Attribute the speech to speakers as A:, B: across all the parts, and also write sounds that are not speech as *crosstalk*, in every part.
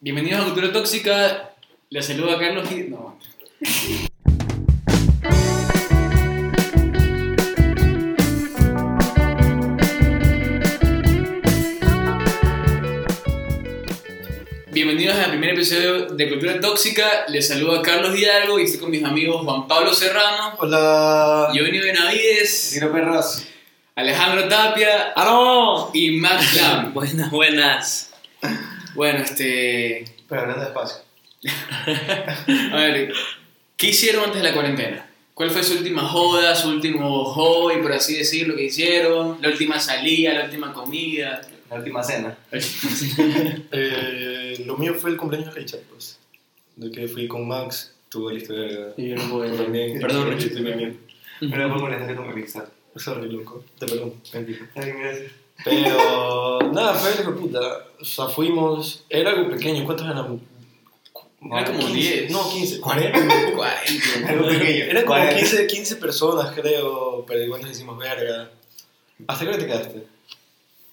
A: Bienvenidos a Cultura Tóxica. Les saluda Carlos y. No. Bienvenidos al primer episodio de Cultura Tóxica. Les saluda Carlos Hidalgo y estoy con mis amigos Juan Pablo Serrano,
B: Hola.
A: Johnny Benavides,
B: Tiro perros.
A: Alejandro Tapia
C: ¡Aló!
A: y Max Lam.
C: *laughs* Buenas, buenas.
A: Bueno, este.
B: Pero hablando despacio.
A: A ver, ¿qué hicieron antes de la cuarentena? ¿Cuál fue su última joda, su último hobby, por así decirlo, que hicieron? La última salida, la última comida.
B: La última cena.
D: Eh, lo mío fue el cumpleaños de Richard, pues. De que fui con Max, tuvo el historia
A: Y yo no
D: Tú también.
A: Perdón,
D: Richard.
A: Richard.
D: también.
B: Pero por molestar que no me pizza.
D: Sorry, loco. Te perdón, mentira.
B: Ay, gracias.
D: Pero, *laughs* nada, fue el hijo de puta. O sea, fuimos. Era algo pequeño. ¿Cuántos éramos?
A: Era como
D: 15,
A: 10.
D: No, 15. *laughs* 40.
A: 40.
B: Algo pequeño.
D: Era como
B: Cuarenta.
D: 15, 15 personas, creo. Pero igual nos hicimos verga. ¿Hasta qué hora te quedaste?
C: *laughs*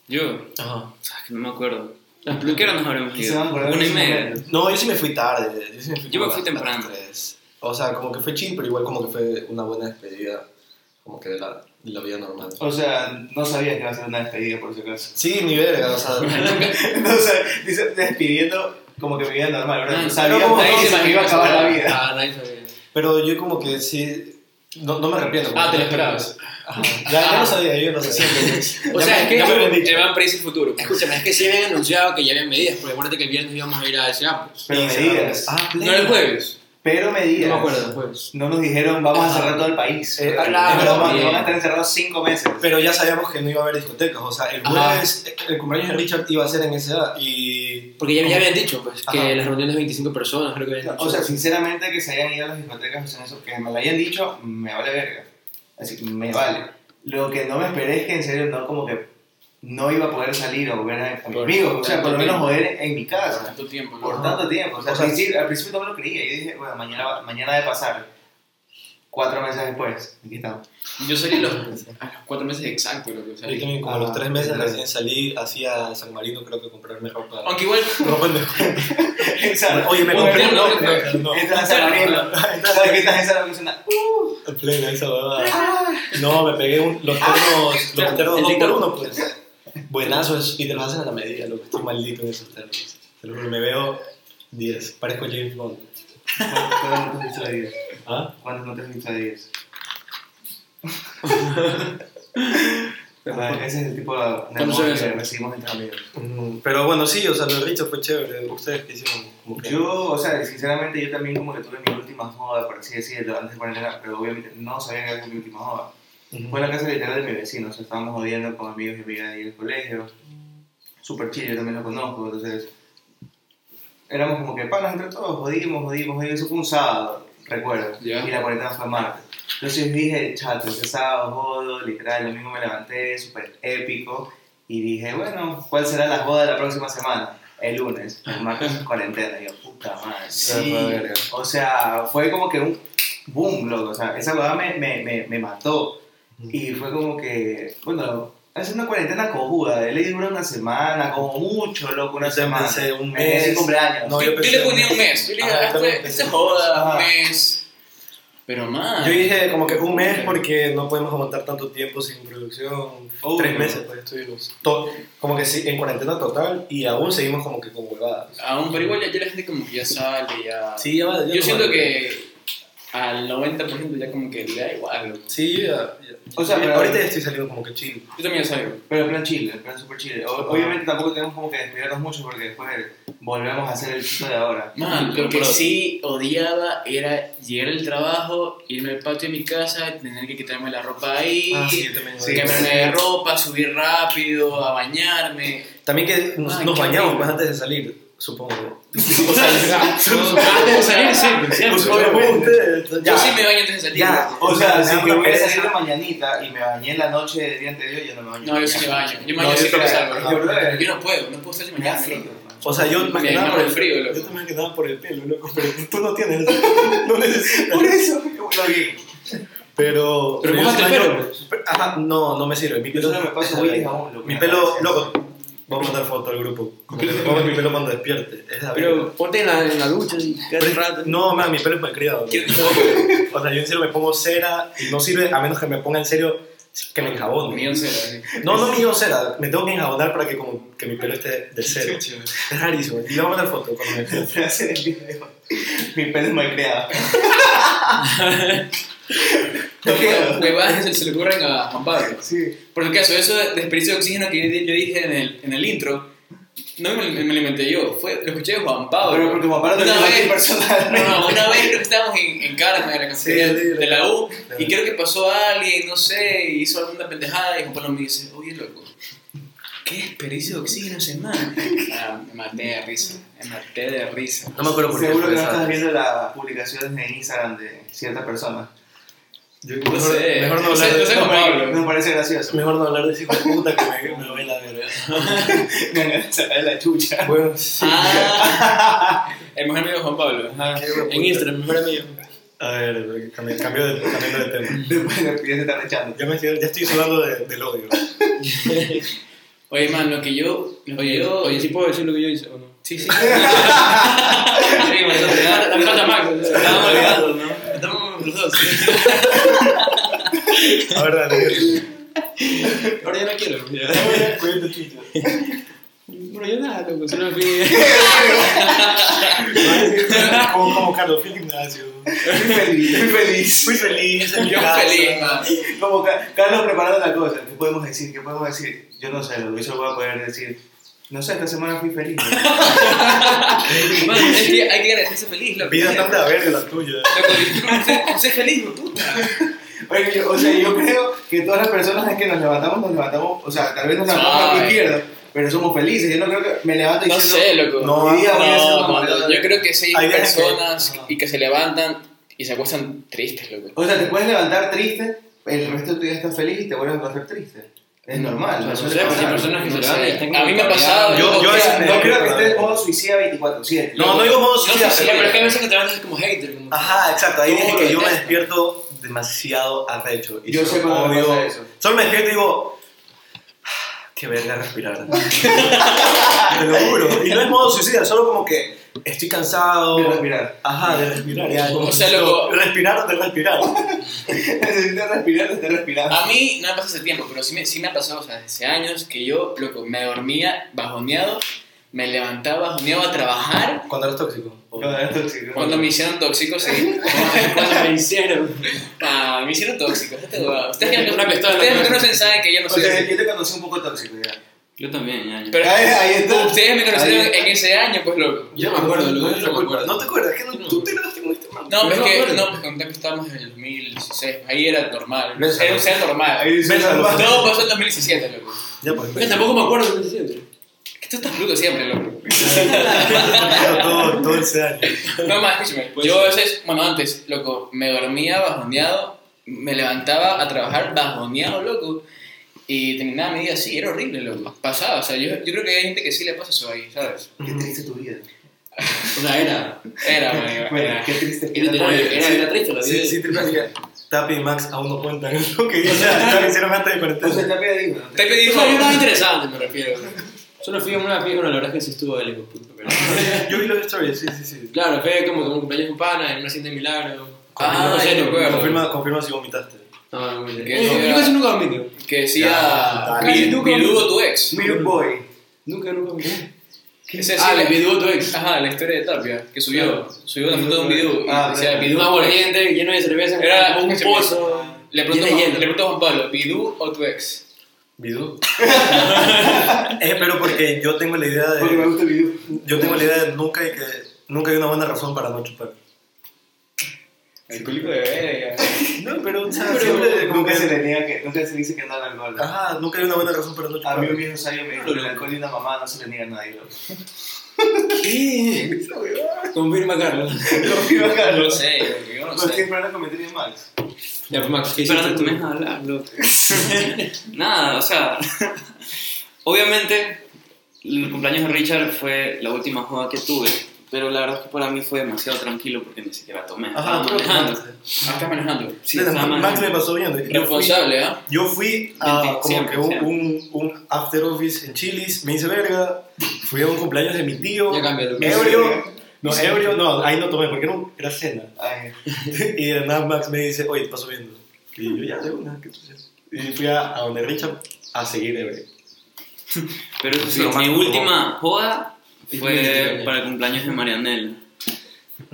C: Yo,
D: Ajá.
C: ah, que no me acuerdo. ¿Por qué hora nos habremos
B: Y se
C: ido?
B: van a acordar
C: Una
B: de
C: y
B: su
A: Ah,
C: media.
B: momento.
D: No, yo sí me fui tarde. Yo, sí me, fui
C: Yo me
D: como
C: fui
D: a las
C: temprano.
D: tres. O sea, como que fue chill, pero igual como que fue una buena despedida. Como que de la, de la vida normal.
B: O sea, no sabías que iba a ser una despedida por si acaso. *laughs*
D: Sí, ni verga, o
C: *laughs*
D: sea.
B: no, o sea, dice despidiendo como que mi vida normal, ¿verdad?
A: No,
B: sabías
D: pero como
B: que
D: todos
B: se me iba a acabar la vida.
C: Ah, nadie sabía.
D: pero yo como que sí. No, no me arrepiento.
A: Ah, te lo esperabas.
D: Ajá. Ya, ya lo sabía, yo ya lo sabía.
C: O
D: Ya
C: sea,
D: me-
C: es que
D: ya me lo he dicho.
C: te van a predecir el futuro. Escúchame, es que sí habían anunciado que ya habían medidas, porque acuérdate que el viernes íbamos a ir a ese
B: Pero
D: Y se
B: medidas.
D: acabó. Ah,
C: No era el jueves.
B: Pero medidas.
C: No me acuerdo, el jueves.
B: No nos dijeron, vamos a
D: Ajá.
B: cerrar todo el país.
D: Eh,
B: Pero
D: claro,
B: vamos,
C: bien.
B: van a estar encerrados cinco meses.
D: Pero ya sabíamos que no iba a haber discotecas. O sea, el
C: Ajá.
D: jueves, el cumpleaños de Richard iba a ser en esa edad. Y.
C: Porque ya, ya habían dicho, pues, que
D: Ajá.
C: las reuniones de 25 personas, creo que habían dicho.
B: O sea, sinceramente que se hayan ido a las discotecas, o sea, eso que me lo hayan dicho, me vale verga. Así que me vale. Lo que no me esperé es que en serio no como que no iba a poder salir o ver a, a mis
A: Por
B: amigos, o sea, por lo
A: tanto
B: menos joder en mi casa,
A: Tanto tiempo,
B: por
A: ¿no?
B: tanto tiempo. O sea,
D: O sea,
B: al principio- al principio no me lo creía, yo dije, bueno, mañana, va- mañana de pasar. Cuatro meses después, aquí estamos.
A: Yo salí a los, a los cuatro meses exactos, lo que
D: Yo
A: salí.
D: también, como a
B: Ah,
D: los tres meses
B: claro.
D: recién salí, hacía San Marino, creo que comprarme ropa.
A: Aunque igual,
D: Ropa
C: *laughs*
D: en
B: O sea,
D: Oye, me
A: Bueno,
D: compré
A: no,
D: ropa.
A: no,
D: No,
B: Entras a la ¿sabes que estás en esa locación?
D: en plena esa huevada. No, me pegué un- los ternos, los ternos
C: el
D: dos por
C: dictador.
D: uno, pues. Buenazos, y te los hacen a la medida, loco. Estoy maldito en esos ternos. Te lo juro, me veo 10. Parezco James Bond.
B: ¿Cuántos no te has visto de ellos?
D: ¿Ah?
B: ¿Cuántos no te has visto de ellos? Ese es el tipo de
C: ¿Cuántos
B: amor
C: años
B: que
C: son?
B: recibimos entre amigos.
D: Mm, Pero bueno, sí, o sea, los dicho fue chévere. Ustedes que hicieron como que...
B: Yo, o sea, sinceramente yo también como que tuve mi última joda, por así decirlo, antes de ponerla, pero obviamente no sabía que era mi última joda.
D: Ujú.
B: Fue en la casa literal de mi vecino, o sea, estábamos jodiendo con amigos y amigas ahí del colegio. Súper chill, yo también lo conozco, entonces... Éramos como que panas entre todos, jodimos, jodimos, jodimos. Eso fue un sábado, recuerdo.
A: Ya.
B: Y la cuarentena fue martes. Entonces dije, chato, ese sábado jodo, literal, el domingo me levanté, súper épico. Y dije, bueno, ¿cuál será la joda de la próxima semana? El lunes, el martes,
A: *laughs*
B: cuarentena. Y yo, puta madre.
A: Sí.
B: O sea, fue como que un boom, loco. O sea, esa huevada me, me, me, me mató. Y fue como que, bueno, es una cuarentena cojuda. De ley dura una semana, como mucho, loco, una
D: Yo
B: semana.
D: pensé un
B: Me quedé sin
D: mes.
B: cumpleaños.
D: No,
A: yo,
D: yo
A: yo
D: pensé-
A: le ponía un mes. Yo le dije,
D: Ajá,
A: ah,
D: yo también
A: este,
D: pensé.
A: este joda, un
B: Ajá.
A: mes. Pero más.
D: Yo dije como que un mes porque no podemos aguantar tanto tiempo sin producción.
B: Oh,
D: Tres
B: no.
D: meses pues estuvimos to- como que sí, en cuarentena total y aún seguimos como que con huevadas.
A: Aún, pero igual ya, ya la gente como que ya sale, ya.
D: Sí, ya va- ya
A: Yo
D: no
A: siento
D: va.
A: que al 90% ya como que le da igual. loco.
D: Sí, ya, ya.
B: O sea, pero-
D: ahorita ya estoy saliendo como que chill.
A: Yo también ya salgo.
B: Pero en plan chile, en plan super chile. O- obviamente tampoco tenemos como que despedirnos mucho porque después volvemos a hacer el chito de ahora.
A: Man, lo
C: Pero-
A: que sí odiaba era llegar al trabajo, irme al patio de mi casa, tener que quitarme la ropa ahí,
D: Ah, también.
B: sí,
A: cambiarme de ropa, subir rápido, a
D: *laughs*
A: bañarme.
D: También que nos,
A: Ay,
D: nos
A: qué
D: bañamos
A: horrible.
D: pues, antes de salir, supongo.
A: *laughs* O
D: *laughs*
A: sea, antes de Ah, salir siempre, siempre. Yo sí me baño antes de salir.
D: Pues, Ya.
B: O sea,
D: Me
B: si
D: da
B: yo
D: una
B: voy a
D: pereza.
B: salir de mañanita y me bañé en la noche del día anterior, yo no me baño.
A: No, yo sí me baño. Yo me baño
D: No, yo
A: siempre que
D: sí,
A: salgo.
D: yo-
A: Yo no puedo, no puedo estar sin
B: Me da
A: bañarme.
B: frío.
A: loco.
D: O sea, yo
A: Me
D: más que nada
A: llamo
D: por
A: el frío, loco.
D: Yo más que nada por el pelo, loco, pero tú no tienes *laughs* no necesitas.
B: Por eso, lo bien.
D: Pero.
A: Pero
D: yo
A: mojate
D: sí
A: el
D: baño- Ajá, no, no me sirve. Mi
B: Yo
D: pelo
B: solo me paso güeyes aún, loco.
D: Mi pelo, loco, Voy a mandar foto al grupo. Como
A: *laughs*
D: que le pongo mi pelo cuando despierte. Es de abril.
C: Pero ponte en la, en la ducha y quédate un rato.
D: No, man, mi pelo es malcriado.
A: ¿Qué-
D: O sea, yo en serio me pongo cera y no sirve a menos que me ponga en serio que me enjabone.
A: Mío cero, así.
D: No, no me llevo cera, me tengo que enjabonar para que, como, que mi pelo esté de cero.
A: Chucho.
D: Es rarísimo. Y le voy a mandar foto cuando me
B: Frase del día de hoy. *laughs* Mi pelo es mal creado.
A: No, que huevadas se, se le ocurren a Juan Pablo.
B: Sí.
A: Por el caso, eso de desperdicio de oxígeno que yo, yo dije en el, en el intro, no me, me lo inventé yo, fue, lo escuché de Juan Pablo.
B: Ah, Pero porque papá
A: Una
B: lo tenía aquí
A: vez-
B: personalmente.
A: eh. No, una vez creo que estábamos en, en Carmen, en la cafetería
D: Sí, sí,
A: de la U,
D: sí.
A: y creo que pasó alguien, no sé, y hizo alguna pendejada, y Juan Pablo me dice, oye, loco, ¿qué desperdicio de oxígeno se man? Ah, me maté de risa, me maté de risa.
C: No me acuerdo por qué.
B: Seguro que no
C: fue esa
B: estás
C: vez.
B: viendo las publicaciones de Instagram de cierta persona.
D: Yo
A: No sé,
D: mejor no
A: no sé,
D: hablar
A: no sé
D: de
A: Juan Pablo.
B: Me parece *laughs* gracioso.
D: Mejor no hablar de ese hijo de puta que me, me voy a la verga.
B: Sacar la chucha. *laughs*
D: Bueno, sí.
C: *laughs*
D: Ah,
A: Ah, el mejor amigo de Juan Pablo.
C: Ah, En Instagram, mejor amigo.
D: A ver, cambi- cambio de, cambiando de tema.
B: Después de que se está rechando.
D: Ya, me estoy, ya estoy sudando de- del odio.
A: Oye, man, lo que yo. Lo que
C: Oye,
A: yo.
C: oye, ¿sí puedo decir lo que yo hice o no?
A: Sí, sí. sí,
C: *laughs*
A: bueno, la falta Max. Estábamos olvidando, ¿no? Estamos los dos.
D: A ver,
B: *laughs*
D: dale.
C: Ahora ya no quiero.
D: Cuídate, chicho.
C: Bueno, yo nada, loco, solo fui.
D: Como, como Carlos, fui al gimnasio.
B: Muy feliz. Muy feliz.
D: Fui feliz. en mi
A: Yo
D: casa.
A: feliz, man.
B: Como Ca- Carlos preparando la cosa. ¿Qué podemos decir? ¿Qué podemos decir? Yo no sé, lo que yo voy a poder decir. No sé, esta semana fui
A: *laughs*
B: feliz. ¿no?
A: Man, es que hay que agradecerse feliz, loco.
D: Vida tan de la verga la tuya.
A: Loco, disfrute, sé feliz, hijo de puta.
B: Oye, yo- o sea, yo creo que todas las personas es que nos levantamos, nos levantamos, o sea, tal vez nos levantamos a la
A: Ay.
B: izquierda, pero somos felices. Yo no creo que me levanto
A: No
B: diciendo,
A: sé, loco.
D: No,
B: hoy día voy a ser
A: No,
B: una
A: mano,
B: maldita".
A: yo creo que sí hay
D: Hay veces que-
A: personas y que se levantan y se acuestan tristes, loco.
B: O sea, te puedes levantar triste, el resto de tu día estás feliz y te vuelves a encontrar triste. Es normal.
C: No sé,
B: suele
C: pues hay
B: pasar.
C: personas que se
A: No sé.
C: levantan y están como
A: A mí me ha pasado.
D: Yo-
A: loco,
D: yo
B: O
D: a
A: que-
B: sea,
D: veces me-
B: no creo que estés en modo suicida 24-7.
D: No, no digo modo
A: No,
D: suicida,
A: sí, sí,
D: pero-
A: pero es que a veces
C: que te levantas como hater. Como
D: Ajá, exacto. Ahí
A: Todo
D: dije
A: lo
D: que yo me
A: detesto.
D: despierto demasiado arrecho. Y
B: Yo
D: solo
B: sé cuando me
D: odio-
B: pasa eso.
D: Solo me despierto y digo. "Ah, Qué verga
B: *laughs*
D: respirar. Te lo juro. Y no es modo suicida, solo como que estoy cansado.
B: De respirar.
D: Ajá, de respirar. ya, como
A: O sea,
D: que
A: loco-
D: Respirar de respirar.
B: *laughs* Necesitas respirar, te estás respirando.
A: A mí no me pasa hace tiempo, pero sí me, sí me ha pasado, o sea, desde hace años que yo, loco, me dormía bajoneado, me levantaba bajoneado a trabajar.
D: Cuando eres tóxico. o-
B: No, es tóxico.
A: Cuando me hicieron tóxico,
D: *laughs*
A: sí.
C: cuando me hicieron.
A: Ah, me hicieron tóxico, esta huevada. Ustedes que
C: Una pistola,
A: ustedes
C: una
A: que no saben que yo no
B: O
A: soy
B: sea,
A: así.
B: yo te conocí un poco tóxico ya.
C: Yo también, ya.
A: Pero
B: Ahí- ahí está.
A: ustedes me
B: Ahí.
A: conocieron en ese año, pues loco.
C: Yo no me
D: no,
C: acuerdo, loco,
D: es
C: yo
D: la
C: no me
D: culpa.
C: acuerdo.
D: No te acuerdas, que no, tú te grabaste con este man.
A: No,
C: Yo
A: pues
C: no me
A: que,
C: acuerdo.
A: no, pues conté que estábamos en el 2016, ahí era normal.
D: No es
A: Era un ser normal.
B: Ahí dice
D: Ves,
B: la
D: loco.
B: madre.
A: Todo pasó en 2017, loco.
D: Ya, pues.
C: Yo tampoco me acuerdo de siempre.
A: Que tú estás bruto siempre, loco.
D: todo, todo ese año.
A: No más, escúchame.
B: Pues
A: yo a veces, bueno, antes, loco, me dormía bajoneado, me levantaba a trabajar bajoneado, loco, y terminaba mi día así, era horrible, loco. Pasaba, o sea, yo, yo creo que hay gente que sí le pasa eso ahí, ¿sabes?
B: Qué triste tu vida.
C: O sea, era.
A: Era, marico,
B: Bueno,
A: era.
B: qué triste.
C: Era, era, era triste la vida.
D: Sí, sí, te pasaría. Tapi y Max aún no cuentan *laughs* lo que hicieron, lo que hicieron antes de
B: O
D: cuarentena.
B: sea, te había dicho, ¿no?
A: Te pedí
C: O sea, yo estaba interesante, me refiero. Solo fui a una fiesta, bueno, la verdad es que sí estuvo del hijo de puta, pero-
D: Yo vi los stories, sí, sí, sí.
C: Claro, fue como que un cumpleaños de un pana, en una cinta de milagro.
A: Ah,
C: No sé,
A: ya
C: no
A: me acuerdo.
D: Confirma, confirma si vomitaste.
C: No, no, no. Yo
A: Que no-
C: yo casi nunca vomito.
A: que decía,
D: Ya,
A: mi,
D: dale.
A: mi lugo tu ex.
B: Milk Boy.
C: Nunca, nunca vomito.
A: Ese
C: Ah,
A: sí,
C: le
A: la-
C: pidió tu ex.
A: Ajá, la historia de Tapia, que subió,
C: Claro.
A: subió una foto de un video y
B: Ah,
A: decía,
B: claro.
A: Bidú
C: Un aguardiente lleno de cerveza,
A: Era
C: era un
A: escúchame,
C: pozo.
A: Le preguntó, a Juan-
C: Llena, llena.
A: le preguntó a Juan Pablo, ¿Bidú o tu ex?
D: Bidú. *laughs* eh, pero porque yo tengo la idea
B: Porque me
D: de.
B: gusta el video.
D: Yo tengo la idea de nunca hay que. Nunca hay una buena razón para no chupar.
A: El público de verga. *laughs*
D: No, pero, o sea, siempre.
B: Pero
D: como
B: nunca
D: que-
B: se le niega que, nunca se dice que no al alcohol.
D: Ajá, nunca hay una buena razón para no
B: A
D: chupar.
B: mí un viejo sabio me dijo que el alcohol y una mamá no se le niega a nadie. loco.
C: ¿Qué? Confirma, Carlos.
B: Lo fui a
A: No
B: Carlos.
A: sé, yo no
B: No estoy
A: sé.
B: esperando comentarios de Max.
C: Ya, pues, Max, ¿qué
E: Pero
C: hiciste
E: no
C: tú?
E: me dejas hablar, loco. Nada, o sea, obviamente el cumpleaños de Richard fue la última joda que tuve Pero la verdad es que para mí fue demasiado tranquilo porque ni siquiera tomé.
D: Ajá,
E: Estaba
D: tú lo
E: manejando.
D: tomaste.
A: Ah, estás manejando.
E: Sí,
D: Nena,
E: estaba
D: Max le
E: manejando.
D: pasó bien. Yo fui-
A: Responsable, ¿ah?
D: Yo fui a
E: Siempre,
D: como que un,
E: siempre.
D: un, un after office en Chili's, me hice verga, fui a un cumpleaños de mi tío,
A: Ya cámbialo.
D: ebrio, no, ebrio, no, ahí no tomé, porque era, un- era cena, *laughs*
B: Ay,
D: y de nada Max me dice, oye, te paso viendo, y yo, ya, de una, ¿qué tú haces? Y fui a, a donde Richard a seguir ebrio.
E: Pero eso sí,
D: Pero
E: mi
D: Max tomó.
E: última joda
D: Sí,
E: fue
D: sí,
E: para el cumpleaños de Marianela.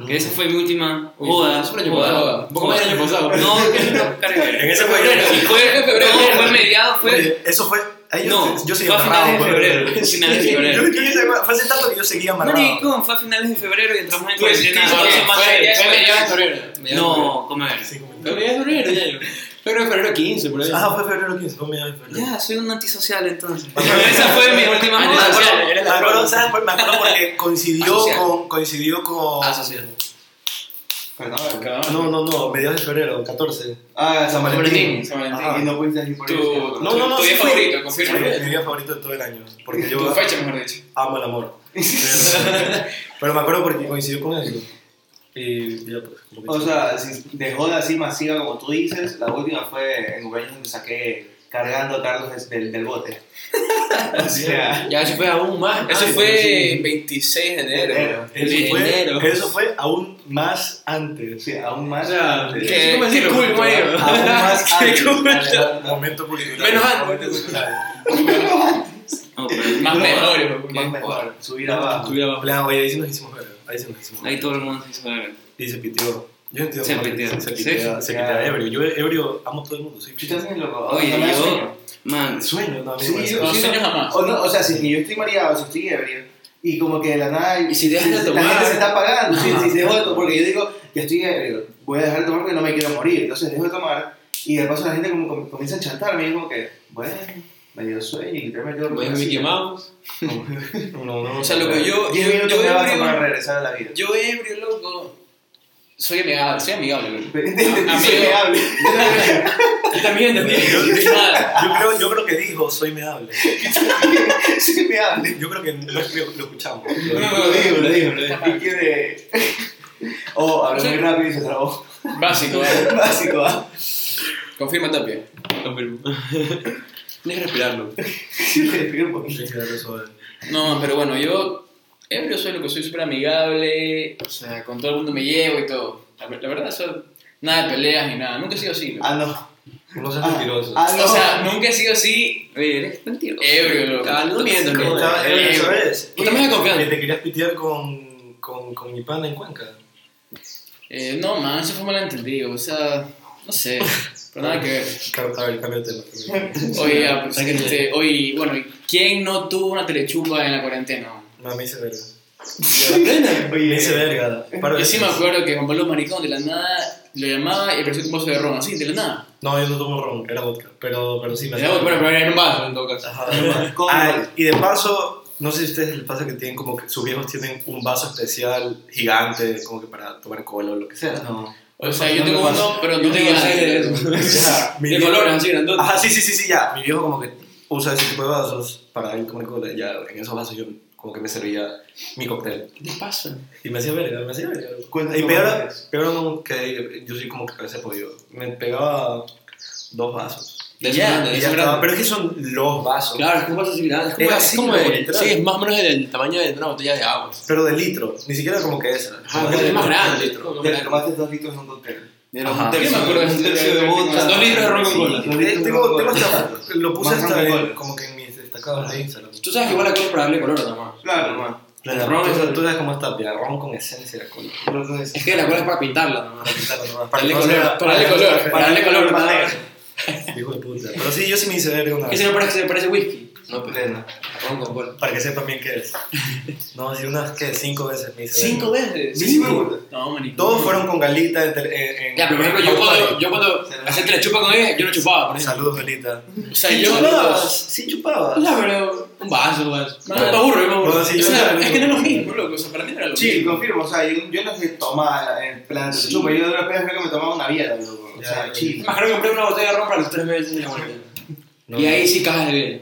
E: Que esa fue mi última joda.
A: fue el año pasado. Un poco más del año pasado. *laughs*
E: No, que no, cargué.
D: En ese
E: febrero.
D: febrero.
E: sí, Fue,
A: En febrero.
E: no, fue mediado, fue.
D: Oye, eso *laughs* fue, ahí yo-
E: No,
D: yo,
E: fue
D: seguía
E: a finales
D: amarrado.
E: de
D: *laughs*
E: febrero. Finales de
D: Yo,
E: febrero.
D: yo ni sabía- fue hace tanto que yo seguía amarrado.
E: Maricón, fue a finales de febrero y entramos en
D: Pues,
E: cuarentena.
D: sí,
E: dos
D: fue-
E: semanas
A: fue-
E: de-
A: fue mediado en febrero.
E: No, come
D: Sí, como-
A: Fue mediado en febrero, ya yo. Febrero, febrero 15, por ahí.
D: Ah, fue febrero 15, fue medio de febrero.
E: Ya, soy un antisocial entonces. esa fue mi última
D: Me
E: joda.
D: acuerdo-
E: bro.
D: me acuerdo, ¿sabes por- me acuerdo
A: *laughs*
D: porque coincidió
E: Asociado.
D: con. Coincidió con
A: Ah,
B: perdón.
D: no, no, no, mediados de febrero, 14.
B: Ah, San Valentín.
A: San Valentín.
D: Ajá.
B: Y no pudiste ir por
A: Tu,
B: eso.
D: No, no, no,
A: tu
D: sí
A: día
D: fui.
A: favorito,
D: Sí,
A: confirma.
D: mi día favorito de todo el año. Porque
A: Tu
D: yo
A: fecha, mejor dicho.
D: amo el amor.
A: *laughs*
D: Pero, pero me acuerdo porque coincidió con eso. Y ya, pues. como que-
B: O sea, si de joda así masiva como tú dices, la última fue en cumpleaños donde saqué cargando a Carlos des- del, del bote. *laughs* O sea,
C: Ya, eso fue aún
E: Ah,
C: más.
A: Eso
C: antes,
A: fue
C: sí.
A: 26 de enero.
B: enero.
D: eso,
C: enero.
D: Ah, fue, eso fue aún más antes.
B: Sí, aún más.
C: O sea,
B: antes.
A: ¿qué?
C: Sí, como decir,
A: qué
C: cool,
A: culto,
C: güey.
A: ¿eh? *laughs*
D: Aún más antes.
C: cultural.
D: Momento cultural.
C: Menos antes.
D: Momento cultural.
E: No, pero-
A: Más
B: No,
A: mejor.
B: Más
A: porque-
B: mejor, subir
A: Ah,
B: abajo.
C: Subía
D: En
C: abajo.
D: plan, Oye, ahí sí nos hicimos ver. Ahí sí nos hicimos ver.
E: Ahí todo el mundo se hizo ver.
D: Y se pitió. Yo entiendo.
E: Se
D: cómo
E: pitió.
D: Se
E: Sí,
D: pitió. Se
B: sí.
D: pitió ebrio. Yo ebrio amo a todo el mundo. Soy
B: Chucha, sí, loco.
E: Oye,
B: no me da
E: yo-
B: sueño.
E: Man,
D: Sueño también.
B: Sí,
D: me hace.
B: yo-
A: No
B: sí,
A: sueño jamás.
B: O, no, o sea, si es que yo estoy mareado, si estoy ebrio, y como que de la nada.
C: Y si dejas de
B: la
C: tomar-
B: gente se está apagando, sí,
C: Ajá.
B: si dejo de tomar, porque yo digo, ya estoy ebrio, voy a dejar de tomar porque no me quiero morir. Entonces dejo de tomar, y de paso la gente como, com- comienza a chantarme, y es como que, bueno, me dio sueño, y literalmente me quedo
C: Bueno,
B: así.
C: Mickey
E: *laughs*
C: Mouse.
D: No, no, no.
A: O sea, lo que yo.
B: Diez
A: yo-
B: minutos
A: yo
B: me va a
A: ebrio-
B: tomar regresar a la
A: *laughs*
B: vida.
A: Yo ebrio, loco. Soy amigable, soy amigable, loco.
B: Soy *laughs* amigable.
C: Y también,
A: *laughs*
C: también.
D: Yo-
C: Nada.
D: Yo creo, yo creo que dijo, soy meable. *laughs*
B: Soy amigable.
D: Yo creo que no lo, lo escuchamos.
B: Lo digo, lo digo, lo digo. ¿Qué quiere? *laughs* Oh, habló muy rápido y se trabó. *laughs*
A: Básico, ¿eh?
B: Básico, ¿ah?
A: Confirma Tapia.
C: Tienes que respirarlo.
B: Sí, respiro un poquito.
D: Tienes que darle suave.
A: No, pero bueno, yo ebrio soy lo que soy súper amigable, o sea, con todo el mundo me llevo y todo. La, ver- la verdad, eso, nada de peleas ni nada, nunca he sido así. loco.
B: Ah, no.
D: No seas
B: Ah,
D: mentiroso.
B: ah, no.
A: O sea, nunca he sido así
E: oye, eres mentiroso.
A: ebrio, loco.
C: Ah, no mientas, no.
D: Estaba ebrio, ¿sabes?
A: Tú también me confías.
D: Que te querías pitear con, con, con mi pana en Cuenca.
A: Eh, no, man, eso fue malentendido, o sea, no *laughs* sé, pero nada que ver.
D: A ver, cambio de tema.
A: Oye, ya, pues, este, oye, bueno, ¿y ¿quién no tuvo una telechupa en la cuarentena?
D: No, me hice verga. Me hice
B: Oye,
D: verga. Paro de
A: Yo sí me
D: veces.
A: acuerdo que Juan Pablo Maricón de la nada lo llamaba y apareció un vaso de ron, así, de la nada.
D: No, yo no tomo ron, era vodka. Pero, pero sí me
A: Pero, pero, pero era un vaso en todo caso.
D: Ajá, *laughs* normal.
B: ¿Cómo?
D: Ah, y de paso, no sé si a ustedes les pasa que tienen como que sus viejos tienen un vaso especial gigante, como que para tomar cola o lo que sea.
B: No.
A: O sea, yo
D: No me
A: tengo
D: pasa.
A: uno, pero no
C: Yo
A: tengo
C: tengo
A: nada.
C: *laughs* ese-
D: Mi
C: De
D: viejo-
C: colores, así, grandote.
D: Ajá, sí, sí, sí, sí, ya. Mi viejo como que usa ese tipo de vasos para él tomar cola. Ya, en esos vasos yo como que me servía mi cóctel.
A: ¿Qué pasa?
D: Y me hacía verga, me hacía verga.
B: Cuenta
D: Y
B: tu
D: peor,
B: madurez.
D: peor aún que yo soy como que a veces podido. Me pegaba dos vasos.
C: De
A: Ya,
C: grande, de
D: Y
C: esos
D: ya
C: grandes.
D: estaba. Pero es que son los vasos.
C: Claro, es como vaso así grande.
D: Es
C: Es como,
D: así,
C: es como
D: loco,
C: de-
D: literal.
C: Sí, es más o menos del tamaño de una botella de agua.
D: Pero de litro, ni siquiera como que esa.
C: Ah, pero es más grande.
B: Ya te tomaste dos litros en un cóctel. Era
D: Ajá.
B: un
A: Yo
B: tercio,
A: me acuerdo de
B: un
A: ese
B: tercio
A: tercio
B: de
A: de
B: vodka.
A: vodka. O sea, dos litros de ron con cola.
B: Sí, dos
D: Eh,
B: litros de
D: tengo,
B: ron
D: tengo
B: con cola.
D: hasta, lo puse
B: Más
D: hasta
B: roncón.
D: en- como que en mis destacados de Instagram.
C: Tú sabes que igual la cola es para darle color, nomás.
B: Claro, man.
D: La ron, tú sabes- tú sabes cómo está, pia, ron con esencia de cola.
C: Es que la cola es para pintarla, nomás.
D: Para quitarlo nomás.
C: Para darle
D: no sea-
C: color, para darle color, para darle color.
D: para
C: nada más.
D: Hijo de puta. Pero sí, yo sí me hice verga una
C: Que si
D: vez.
C: no parece, parece whisky. No, pues.
D: pues,
C: pero
B: Plena.
C: ron con cola.
D: Para que sepan bien qué
C: *laughs*
D: es. No, sí, unas que cinco veces me hice verga.
A: ¿Cinco veces?
D: Sí, sí, me
B: acuerdo.
A: No, manito.
D: Todos fueron con galita. entre- en- en-
C: Ya, pero por ejemplo, yo cuando, yo cuando
B: Se la-
C: hacía que la chupa con ella, yo no chupaba, por ejemplo.
D: Saludos, galita.
A: O sea, yo.
D: Sí, chupabas.
C: No, pero un vaso, vaso. No,
A: Vale.
C: me aburro, yo me aburro.
D: Bueno, sí,
A: o
D: yo-
A: sea, es que no es lo mismo, loco. O sea, para mí no era lo
B: Sí,
A: mismo.
B: confirmo, o sea, yo, yo no sé tomar en plan de chupa, yo de una vez creo que me tomaba una biela, loco. O sea,
D: Ya,
B: chill.
C: Imagino que compré una botella de ron para los tres meses de la cuarentena.
D: No,
C: y ahí
D: no.
C: sí cajas de bien.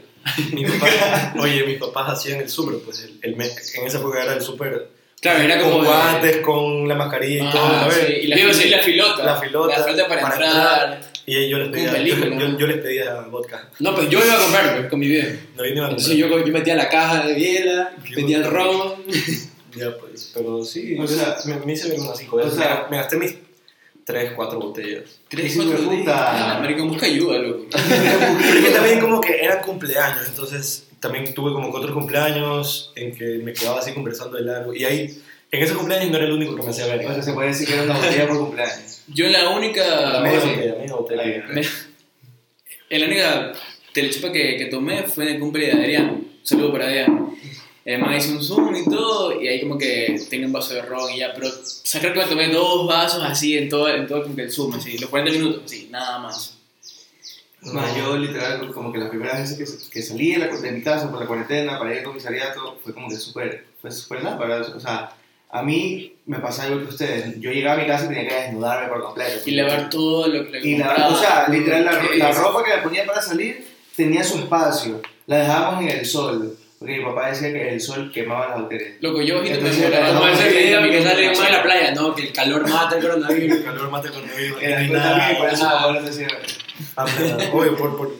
D: Mi papá, oye, mis papás hacían el súper, pues el, el me- en esa época era el súper
A: Claro, era como.
D: con
A: de-
D: guantes, con la mascarilla y todo.
A: Ah,
D: a ver.
A: sí, Y la,
E: Digo,
A: fil-
E: sí.
A: la filota.
D: La filota
A: La filota para,
D: para
A: entrar.
D: Y yo les pedía,
A: Con película,
D: yo,
A: ¿no?
D: yo les pedía vodka.
C: No, pues yo iba a comprar pues, con mi viejo.
D: No vine a
C: Entonces yo, yo metía la caja de biela, metía el ron.
D: Ya, pues, pero sí.
B: O sea,
D: me, me hice ver unas cinco veces.
B: o sea,
D: me gasté mis 3, 4 botellas.
A: Tres,
B: Hijo de
A: cuatro días.
B: puta.
A: Ah, marico, busca ayuda, loco.
D: Pero es que también como que eran cumpleaños, entonces también tuve como que otros cumpleaños en que me quedaba así conversando de largo. Y ahí, en esos cumpleaños no era el único que me hacía
B: O
D: ver.
B: sea, se puede decir que era una botella por *laughs* cumpleaños.
A: Yo en la única.
D: media
A: sí,
D: botella, media botella.
A: en Eh, la única telechupa que, que tomé fue en el cumple de Adrián. Un Saludo para Adrián. Además hice un zoom y todo, y ahí como que tengo un vaso de ron y ya, pero sacar que me tomé dos vasos así en todo, en todo como que el zoom, así, los 40 minutos, así, nada más.
B: Más yo, literal, como que las primeras veces que, s- que salí de, la, cu- de mi casa por la cuarentena para ir al comisariato, fue como que súper, fue súper lámpara. O sea, a mí me pasaba igual que ustedes. Yo llegaba a mi casa y tenía que desnudarme por completo.
A: Y lavar todo lo que
B: Y la,
A: compraba.
B: o sea, literal, la, ro- la
A: Sí.
B: ropa que me ponía para salir tenía su espacio. La dejábamos en el sol. Porque mi papá decía que el sol quemaba las bacterias.
A: Loco, yo ojito me
B: Entonces,
A: muero.
B: la-
A: No,
C: Como ese
A: ese
C: video
A: video
C: que sale
A: en
C: uno de la playa, no, que el calor mata el
D: *laughs*
C: coronavirus.
D: El calor mata el coronavirus.
B: Era
D: no hay
B: yo también, por
D: nada.
B: eso
C: nada.
B: papá no decía.
D: Habla- Oye, Ah, por, por,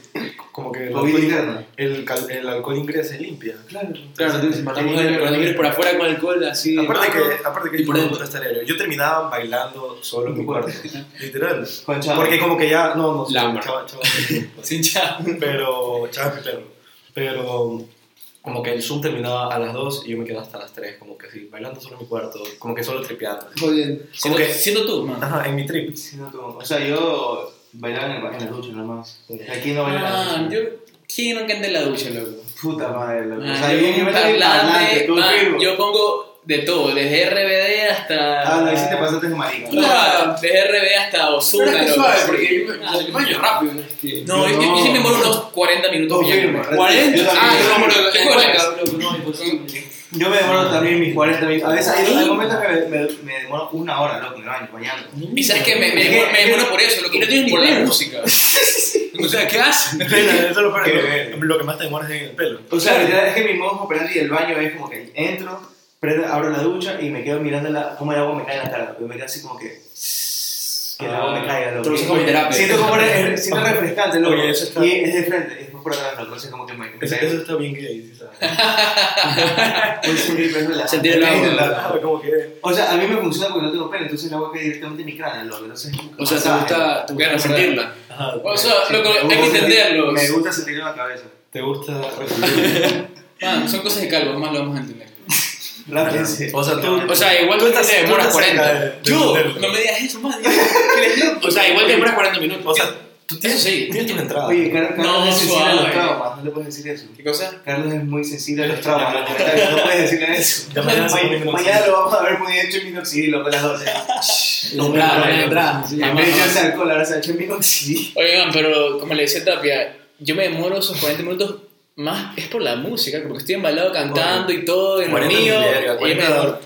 D: como que el
B: COVID
D: alcohol,
B: interno.
D: el, cal- el alcohol ingresa y limpia.
B: Claro.
C: Claro, entonces matamos el coronavirus por afuera con alcohol, así.
D: Aparte que, aparte que
C: Y por
D: yo,
C: dentro.
D: estaré, yo terminaba bailando solo en mi cuarto, literal.
B: Con Chava.
D: Porque como que ya, no, no,
C: Lámpara.
D: chava, chava, sí, pero, chava, mi perro. pero como que el Zoom terminaba a las 2 y yo me quedaba hasta las 3, como que así, bailando solo en mi cuarto, como que solo tripeando.
C: Jodiendo.
A: Siendo,
D: que-
A: siendo tú, man.
D: Ajá, en mi trip. *laughs*
B: Sí, no, como- o sea, yo bailaba en, el, en la ducha nomás. Aquí no bailaba.
A: Man, yo. ¿Quién no canta en la ducha, loco?
B: Puta madre, loco.
C: Ah,
A: Man,
B: o sea,
A: yo,
B: yo, yo me traje
A: parlante,
B: parlante, tú
A: man,
B: firmo.
A: yo pongo de todo, desde RBD hasta.
B: Ah, no, ahí sí te pasaste de marica.
A: No, desde RBD hasta Ozuna,
C: Pero es que
A: loco.
C: suave, porque yo me- o sea, yo me baño rápido, no es que-
A: Ah, No, yo, yo, yo sí me muero unos 40 minutos.
B: Tú
A: bien,
B: firmo.
A: man.
B: Yo
C: 40.
B: también.
C: Ah, yo me muero.
A: ¿Qué
C: ¿Qué
A: cuerdas?
C: No, imposible.
B: Yo me demoro también mis 40 minutos. A veces hay, hay momentos que me, me, me demoro una hora, loco, en el baño, bañando.
A: Y sabes que me, me, demoro- me demoro por eso, loco.
C: Y no tienes ni
A: por la
C: pelo.
A: música.
C: *laughs* O sea, ¿qué haces?
D: Eso es lo, peor,
B: Qué
D: lo-
B: bien. Pues,
D: lo que más te demoras es en el pelo.
B: O sea, literal, es que mi modo operandi del baño es como que entro, prendo, abro la ducha y me quedo mirando la, cómo el agua me cae en la cara. Y me quedo así como que. Que el agua me
D: Ah,
B: caiga, loco.
C: Entonces, como terapia.
B: Siento como re-
D: *laughs*
B: siento refrescante, loco.
D: Oye, eso está-
B: Y es de frente, y después por atrás, loco. Entonces, como que me. me
D: Eso,
B: cae-
D: eso está bien gay, sí, ¿sabes?
B: Puede sentir peso de la-
C: Sentir el agua.
D: Ajá, como que...
B: O sea, a mí me funciona porque no tengo pelo, entonces el agua cae directamente en mi cráneo, loco. Entonces,
C: O sea, te
B: masaje.
C: gusta, te gusta
A: Claro,
C: sentirla.
D: Ajá,
A: O sea, loco, hay que entenderlo.
B: Me gusta sentirlo en la cabeza.
D: ¿Te gusta?
A: Man, Ah, son cosas de calvo, más lo vamos a entender.
B: Rápido.
D: O sea, tú-
C: O sea, igual
D: Tú
C: tú
D: estás-
C: te
D: tú
C: demoras
D: estás cerca
C: 40.
D: de- de
C: Yo,
D: entenderlo.
C: no me digas
A: *laughs*
C: eso, man. O sea, igual te demoras 40 minutos.
D: O sea, tú tienes,
A: Eso sí.
D: tienes tu entrada.
B: Oye, Car- Carlos
A: No,
B: es sensible a
A: suave.
B: los traumas, no le puedes decir eso.
A: ¿Qué cosa?
B: Carlos es muy sensible
A: *laughs*
B: a los traumas, no puedes decirle eso.
D: Ya mañana se pone
B: Ma- Mañana lo vamos a ver muy hecho en minoxidil, con las 12.
C: Las entradas, las entradas.
A: Ah,
C: sí.
B: En vez de echarse alcohol, ahora se ha hecho en minoxidil.
A: Oigan, pero como le decía Tapia, yo me demoro esos 40 minutos más, es por la música, porque estoy embalado cantando y todo, en lo
D: 40
A: mío.
D: verga,
A: y
D: 40
A: me demoro.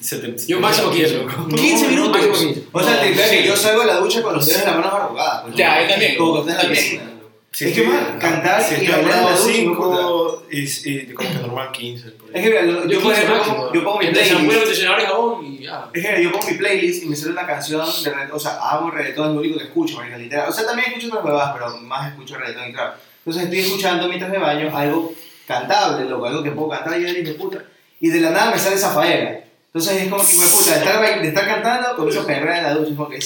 D: Se te-
C: Yo máximo 15.
D: loco.
C: 15 minutos.
A: no, máximo 15.
B: O sea, te digo
A: Sí.
B: que yo salgo de la ducha con los dedos en las manos arrugadas. pues,
A: Ya,
B: ¿no?
A: yo también,
B: Como cuando estás en la
A: también.
B: piscina. ¿no?
D: Si
B: es que,
D: estoy-
B: man, cantar
D: si
B: y
D: estoy
B: bailar en la
D: hablando
B: ducha, no importa.
D: 5 y, y como que normal 15. por ahí.
B: Es que, mira, lo- yo, por
C: 15
B: ejemplo,
C: máximo.
B: pongo- yo pongo mi
C: Entre
B: playlist.
C: shampoo, acondicionador y jabón y ah, ya.
B: Es que yo pongo mi playlist y me sale una canción de reggaetón, o sea, hago reggaetón, es lo único que escucho, marica, literal. O sea, también escucho otras huevadas, pero más escucho reggaetón y trap. Entonces estoy escuchando mientras me baño algo cantable, loco, algo que puedo cantar y yo dije, puta. Y de la nada me sale esa faena. Entonces es como que me puta, de estar, bail- de estar cantando, comienzo a perrear en la ducha, es como que...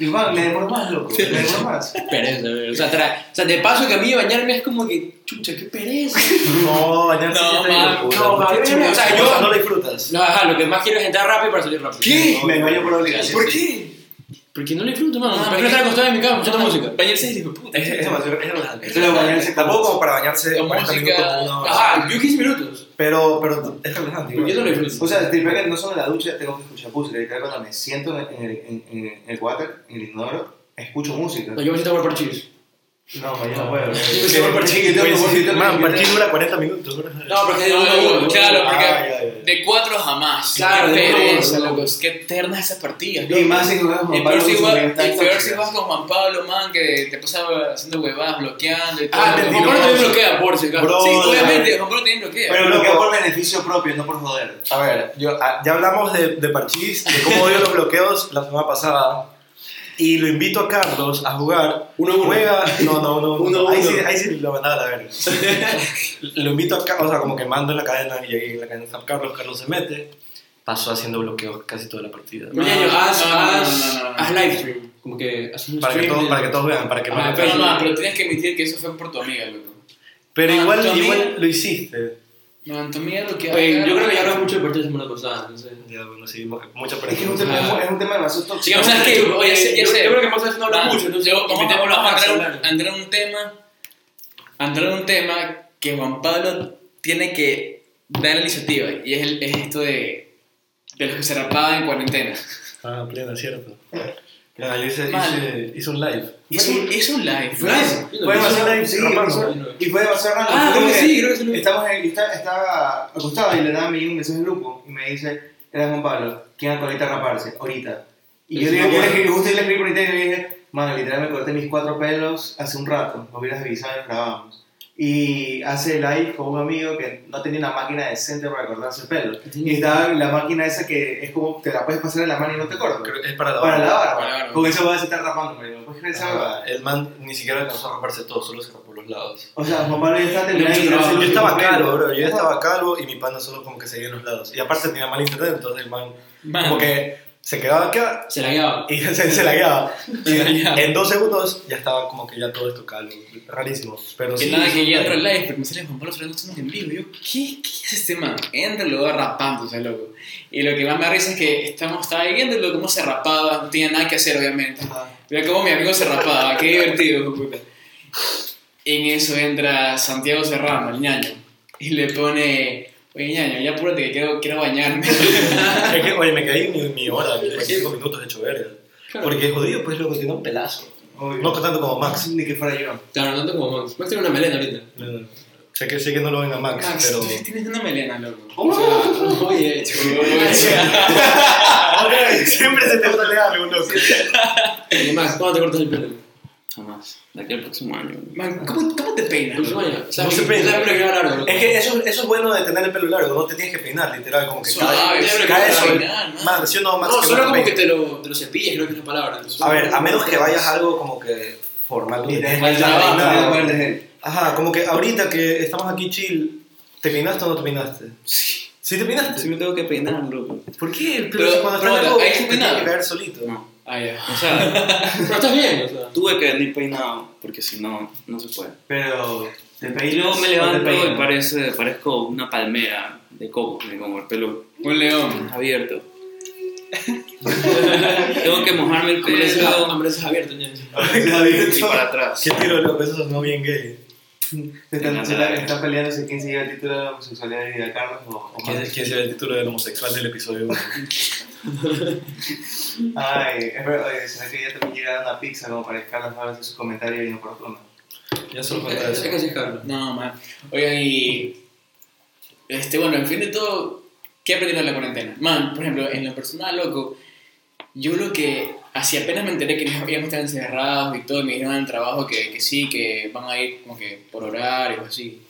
B: Y man, me demoro más, loco, me demoro más.
C: Pereza, güey. o sea, tra- o sea, de paso que a mí bañarme es como que, chucha, qué pereza.
D: No, bañarse
A: No,
D: sí te
A: man,
D: locura.
C: no, man,
D: O sea, yo no lo disfrutas.
C: No, ajá, lo que más quiero es entrar rápido para salir rápido.
A: ¿Qué?
B: Me baño por obligación.
C: ¿Por qué? Porque no le disfruto, mano.
A: Ah,
C: Prefiero
A: porque-
C: estar acostado en mi cama escuchando música.
A: Bañarse es hijo de puta.
D: Es, es demasiado es relajante.
B: Entonces bañarse
D: Tampoco como para bañarse
A: Con
D: 40
A: música.
D: minutos como una hora.
C: Ajá, yo 15 minutos.
D: Pero, pero es relajante.
C: Porque yo no
D: igual.
C: lo disfruto.
B: O sea, te que no solo en la ducha tengo que escuchar música, literal, cuando me siento en el, en, en el water, en el inodoro, escucho música.
C: No, yo me siento por parchis.
B: No, mañana puedo.
C: Yo soy parchís,
B: Yo tengo
D: Oye,
B: que
D: sí,
B: volver,
D: Man,
B: yo tengo-
D: partir dura 40 minutos.
C: No, porque es de
A: No,
C: uno a uno.
A: claro,
D: Ah,
A: porque
D: ya, ya, ya.
A: de 4 a jamás.
C: Claro,
A: qué
C: de una
A: pereza,
C: buena,
A: loco. Qué eternas esas partidas.
B: Y más si juegas
A: Y
B: con
A: peor
B: Pablo
A: si
B: Guzmán,
A: vas,
B: está
A: y peor si
B: tóxico.
A: vas con Juan Pablo, man, que te pasaba haciendo huevadas, bloqueando y todo.
D: Ah, te
A: Juan
D: tiró.
A: Pablo también bloquea, por si acaso.
D: Bro,
A: Sí,
D: la-
A: obviamente, Juan Pablo también bloquea.
B: Pero
D: Pero
B: bloqueo
D: loco.
B: por beneficio propio, no por joder.
D: A ver, yo, a- ya hablamos de, de parchís, de cómo odio los bloqueos la semana pasada. Y lo invito a Carlos a jugar.
C: Uno a uno.
D: Juega. No, no, no.
C: Uno a
D: ahí,
C: uno.
D: Sí, ahí sí lo mandaba a la verga. lo invito a Carlos, o sea, como que mando en la cadena y ahí en la cadena está Carlos. Carlos se mete. Pasó haciendo bloqueos casi toda la partida.
A: No,
C: Ñaño,
A: no,
C: haz,
A: no, no,
C: haz,
A: no, no, no.
C: haz live stream. Como que haz un
D: Para que,
C: stream
D: todos,
C: de-
D: para que todos vean, para que no
C: Ah,
D: le
A: Pero
D: peguen.
A: no, pero tienes que admitir que eso fue por tu amiga, loco.
D: Pero
A: Ah,
D: igual,
A: tu amiga-
D: igual lo hiciste.
A: No, tu amiga bloquea.
C: Oye, Pues, yo creo que ya hablamos mucho de deporte la semana pasada, no sé.
D: Ya, bueno, sí, mo- mucha
B: Es que es un
D: presión.
B: tema,
C: Ah.
B: es un tema demasiado
A: Sí,
B: tóxico.
A: o sea, es que, oye, sí, ya
C: eh, yo,
A: sé.
C: yo creo que más veces no hablamos
A: Ah,
C: mucho, entonces
A: yo- vamos, a-
C: invitémoslo a
A: vamos a
C: Max a
A: entrar,
C: hablar.
A: a entrar un tema. A entrar un tema que Juan Pablo tiene que dar la iniciativa. Y es, el, es esto de, de los que se rapaban en cuarentena.
D: Ah, plena, cierto. Claro, yo hice,
A: Mal.
D: hice, hice un live.
A: Hizo, un- hizo un live.
B: Fue fue demasiado sí, fue- Y fue demasiado raro.
C: Ah,
B: Fue
C: creo que
B: como
C: sí, creo que sí lo vi.
B: Estamos en, está- estaba acostado y le daba a mí un mensaje al grupo y me dice, era Juan Pablo, ¿quién acaba ahorita a raparse? Ahorita. Y yo
C: Sí,
B: le digo,
C: bueno.
B: yo le escribí, justo le escribí por internet y le dije, mano, literal me corté mis cuatro pelos hace un rato, me hubieras avisado y nos grabamos. Y hace live con un amigo que no tenía una máquina decente para cortarse el pelo. Y estaba la máquina esa que es como te la puedes pasar en la mano y no te corta.
D: Creo que es para la Ah.
B: Para la
A: Para la
B: barba.
A: barba.
B: Con eso vas a estar rapándome. ¿no? ¿Puedes creer esa
D: Ajá,
B: barba?
D: El man ni siquiera alcanzó a romperse todo, solo se por los lados.
B: O sea, Juan Pablo ya está terminando de
C: Yo
B: quitarse el
D: Yo estaba
B: último pelo.
D: calvo, bro. Yo ya
B: Ajá.
D: estaba calvo y mi pana solo como que se dio en los lados. Y aparte tenía mal internet, entonces el man
A: Man,
D: como que se quedaba acá
C: Se la llevaba.
D: y *laughs* se, se la quedaba.
A: Se la guiaba.
D: en dos segundos ya estaba como que ya todo esto calvo. Rarísimo. Pero
A: que
D: sí.
A: nada, que ya entra el live, porque me sale Juan Pablo Fernández estamos en vivo. Y Yo, ¿qué, ¿qué es este man? Entra y lo va rapando, o sea, loco. Y lo que más me da risa es que estamos, estaba viendo lo cómo se rapaba, no tenía nada que hacer, obviamente.
B: Ajá.
A: Mira cómo mi amigo se rapaba, qué divertido, hijo de puta. En eso entra Santiago Serrano, el ñaño, y le pone, oye ñaño, ya apúrate que quiero, quiero bañarme.
D: *laughs* Es que, oye, me quedé mi, mi hora, mis 45 minutos hecho verga. Porque jodido, pues luego tiene un pelazo.
B: Obvio.
D: No tanto como Max.
B: Ni que fuera yo.
C: Claro, tanto como Max. Max tiene una melena ahorita.
D: Sé que, sé que no lo ven a Max,
A: Max,
D: pero.
A: tú sí tienes una melena, loco.
C: O sea, oye, chico.
D: *laughs* Siempre se te sale algo, loco.
C: Oye, Max, ¿cuándo te cortas el pelo?
E: Jamás. De aquí al próximo año.
A: Man, ¿cómo, cómo te
C: El
D: Pues,
A: peinas?
C: próximo
A: loco?
C: año.
D: No se peina.
C: ¿Sabes lo que lleva largo?
D: Es que eso, eso es bueno de tener el pelo largo, no te tienes que peinar, literal, como que
A: Suave,
D: cae,
A: pero
D: cae
A: que
D: sobre-
A: peinar, ¿no?
D: Más, sí o no, más
C: No,
D: que
C: solo
D: más
C: como que
D: peine.
C: te lo, te lo cepillas, creo que es la palabra. Entonces,
D: A ver, a menos que vayas a algo como que formal.
B: Y
D: donde te
B: te dejan
D: falta
A: trabajo,
B: la
D: peinado.
B: no te acuerdas de él.
D: Ajá, como que ahorita que estamos aquí chill, ¿te peinaste o no te peinaste? Sí. ¿Sí te peinaste?
E: Sí me tengo que peinar, loco.
D: ¿Por qué? El
A: Pero-
D: pelo cuando
A: pero
D: está
A: hola,
D: largo
A: ¿hay que
D: te
A: peinar?
D: tiene que caer solito.
E: No.
A: Ah, ya.
E: O sea,
C: Pero estás bien, o sea.
E: tuve que venir peinado porque si no, no se puede.
B: Pero te
E: Y
B: peinas.
D: *laughs*
E: luego me
B: o
E: levanto y
B: te peinas.
E: parece, parezco una palmera de coco, como el pelo
A: Un león.
E: abierto. tengo que mojarme el
C: Hamburguesas
E: pelo
C: hamburguesas abiertas, ñaño.
E: y para atrás.
D: ¿Qué tiro loco? Eso es no bien gay.
B: Se están, se están, están peleando si quién se lleva el título de la homosexualidad de Vida Carlos o, o
D: ¿Quién
B: Max.
D: quién será el título del homosexual del episodio uno?
B: Ay, es verdad, oye, será que ya también llega una pizza como para que Carlos no haga su comentario inoportuno.
D: Ya solo falta
C: Es
D: eso.
C: que así es, Carlos.
A: No, man. Oigan, y. Este, bueno, en fin de todo, ¿qué aprendieron de la cuarentena? Man, por ejemplo, en la persona loco, yo lo que. Así apenas me enteré que nos habíamos estado encerrados y todo, y me dijeron en el trabajo que, que sí, que van a ir como que por horarios, así.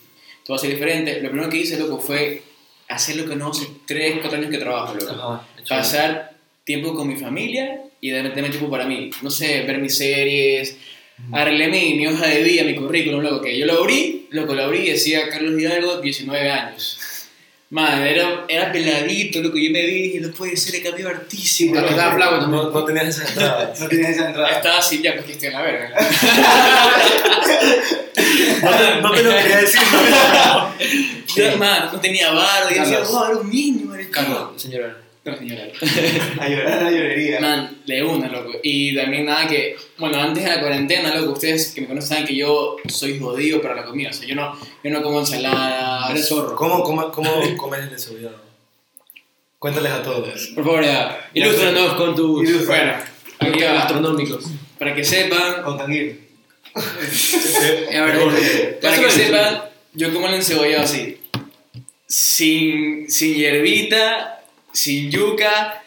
A: Todo va a ser diferente. Lo primero que hice, loco, fue hacer lo que no hace 3, 4 años que trabajo, loco
D: Ajá, hecho
A: pasar tiempo con mi familia y de tener tiempo para mí. No sé, ver mis series, arreglé mi, mi hoja de vida, mi currículum, loco, que yo lo abrí, loco, lo abrí y decía Carlos Hidalgo, 19 años. Madre, era, era peladito, loco, yo me vi y dije, no puede ser, he cambiado artísimo.
D: Pero
A: loco,
D: estaba
A: estaba flaco
D: flaco,
A: también.
D: no, no tenías esa entrada.
B: No tienes esa entrada.
A: Estaba así, ya, pues que estoy en la verga.
D: No te, no te lo quería decir. no.
A: Yo, man, no tenía barba, yo decía,
D: Carlos.
A: wow, era un niño, era
C: Carlos,
A: Carlos.
C: señora.
A: No, señora.
B: A llorar la llorería.
A: Man, de una, loco. Y también nada que, bueno, antes de la cuarentena, loco, ustedes que me conocen saben que yo soy jodido para la comida. O sea, yo no, yo no como ensalada.
D: Eres zorro. ¿Cómo, cómo, cómo comes el desubicado? Cuéntales a todos.
C: Por favor, ya. Ilústranos con tus
B: Ilústranos.
A: Bueno, aquí
C: acá
A: va.
C: gastronómicos.
A: Para que sepan,
B: Con Tanguir.
A: a ver, para que
C: Ya se lo dije.
A: sepan, yo como el encebollado así. Sin, sin hierbita, sin yuca,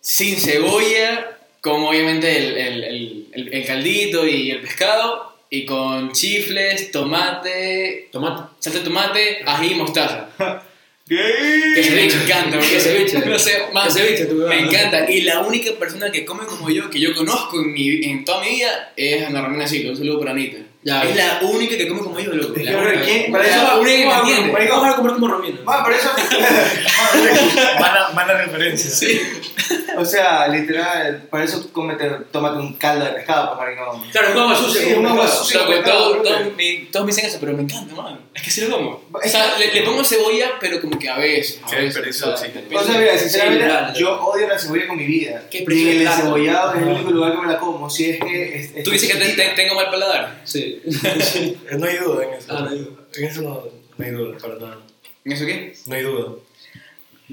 A: sin cebolla, con obviamente el, el- el- el- el caldito y el pescado, y con chifles, tomate,
C: Tomate.
A: salsa de tomate, ají y *laughs* mostaza. Que
B: ¿Qué?
A: me encanta,
C: Que ceviche.
A: *laughs* No sé, más
C: Que ceviche, tú,
A: Me
C: ¿verdad?
A: encanta. Y la única persona que come como yo, que yo conozco en, mi, en toda mi vida, es Ana Romina Silva. Un saludo para Anita.
C: Ya,
A: es
C: ves.
A: la única que come como yo, loco. La
B: Pero,
A: única.
B: ¿quién?
A: La
B: Para eso-
A: única que me entiende.
B: Marico,
C: Vamos a comer como Romina.
B: Ma, por *laughs* eso.
D: Mala, mala referencia.
A: Sí.
B: o sea, literal, por eso cómete, tómate un caldo de pescado, pues, marico.
C: Claro, es como sucio.
B: Sí, un agua
C: pescado.
B: sucia.
A: Loco,
B: me
A: todo-
B: encanta,
A: todo
B: bro.
A: mi- todos me dicen eso, pero me encanta, man. Es que sí lo como. O sea, le, le pongo cebolla, pero como que a veces. A
D: Qué
A: veces,
D: desperdicio
A: o sea,
D: de
B: O sea, mira,
C: Sí,
B: sinceramente,
C: claro.
B: yo odio la cebolla con mi vida.
C: Qué
B: Ni en el
C: plato.
B: cebollado es el único lugar que me la como. Si es que. es- es
A: Tú dices que te-
B: chiquita.
A: te- tengo mal paladar.
C: Sí.
D: Eh, No hay duda en eso.
C: Ah, no hay duda.
D: En eso no, no hay duda, para nada.
A: ¿Y eso qué?
D: No hay duda.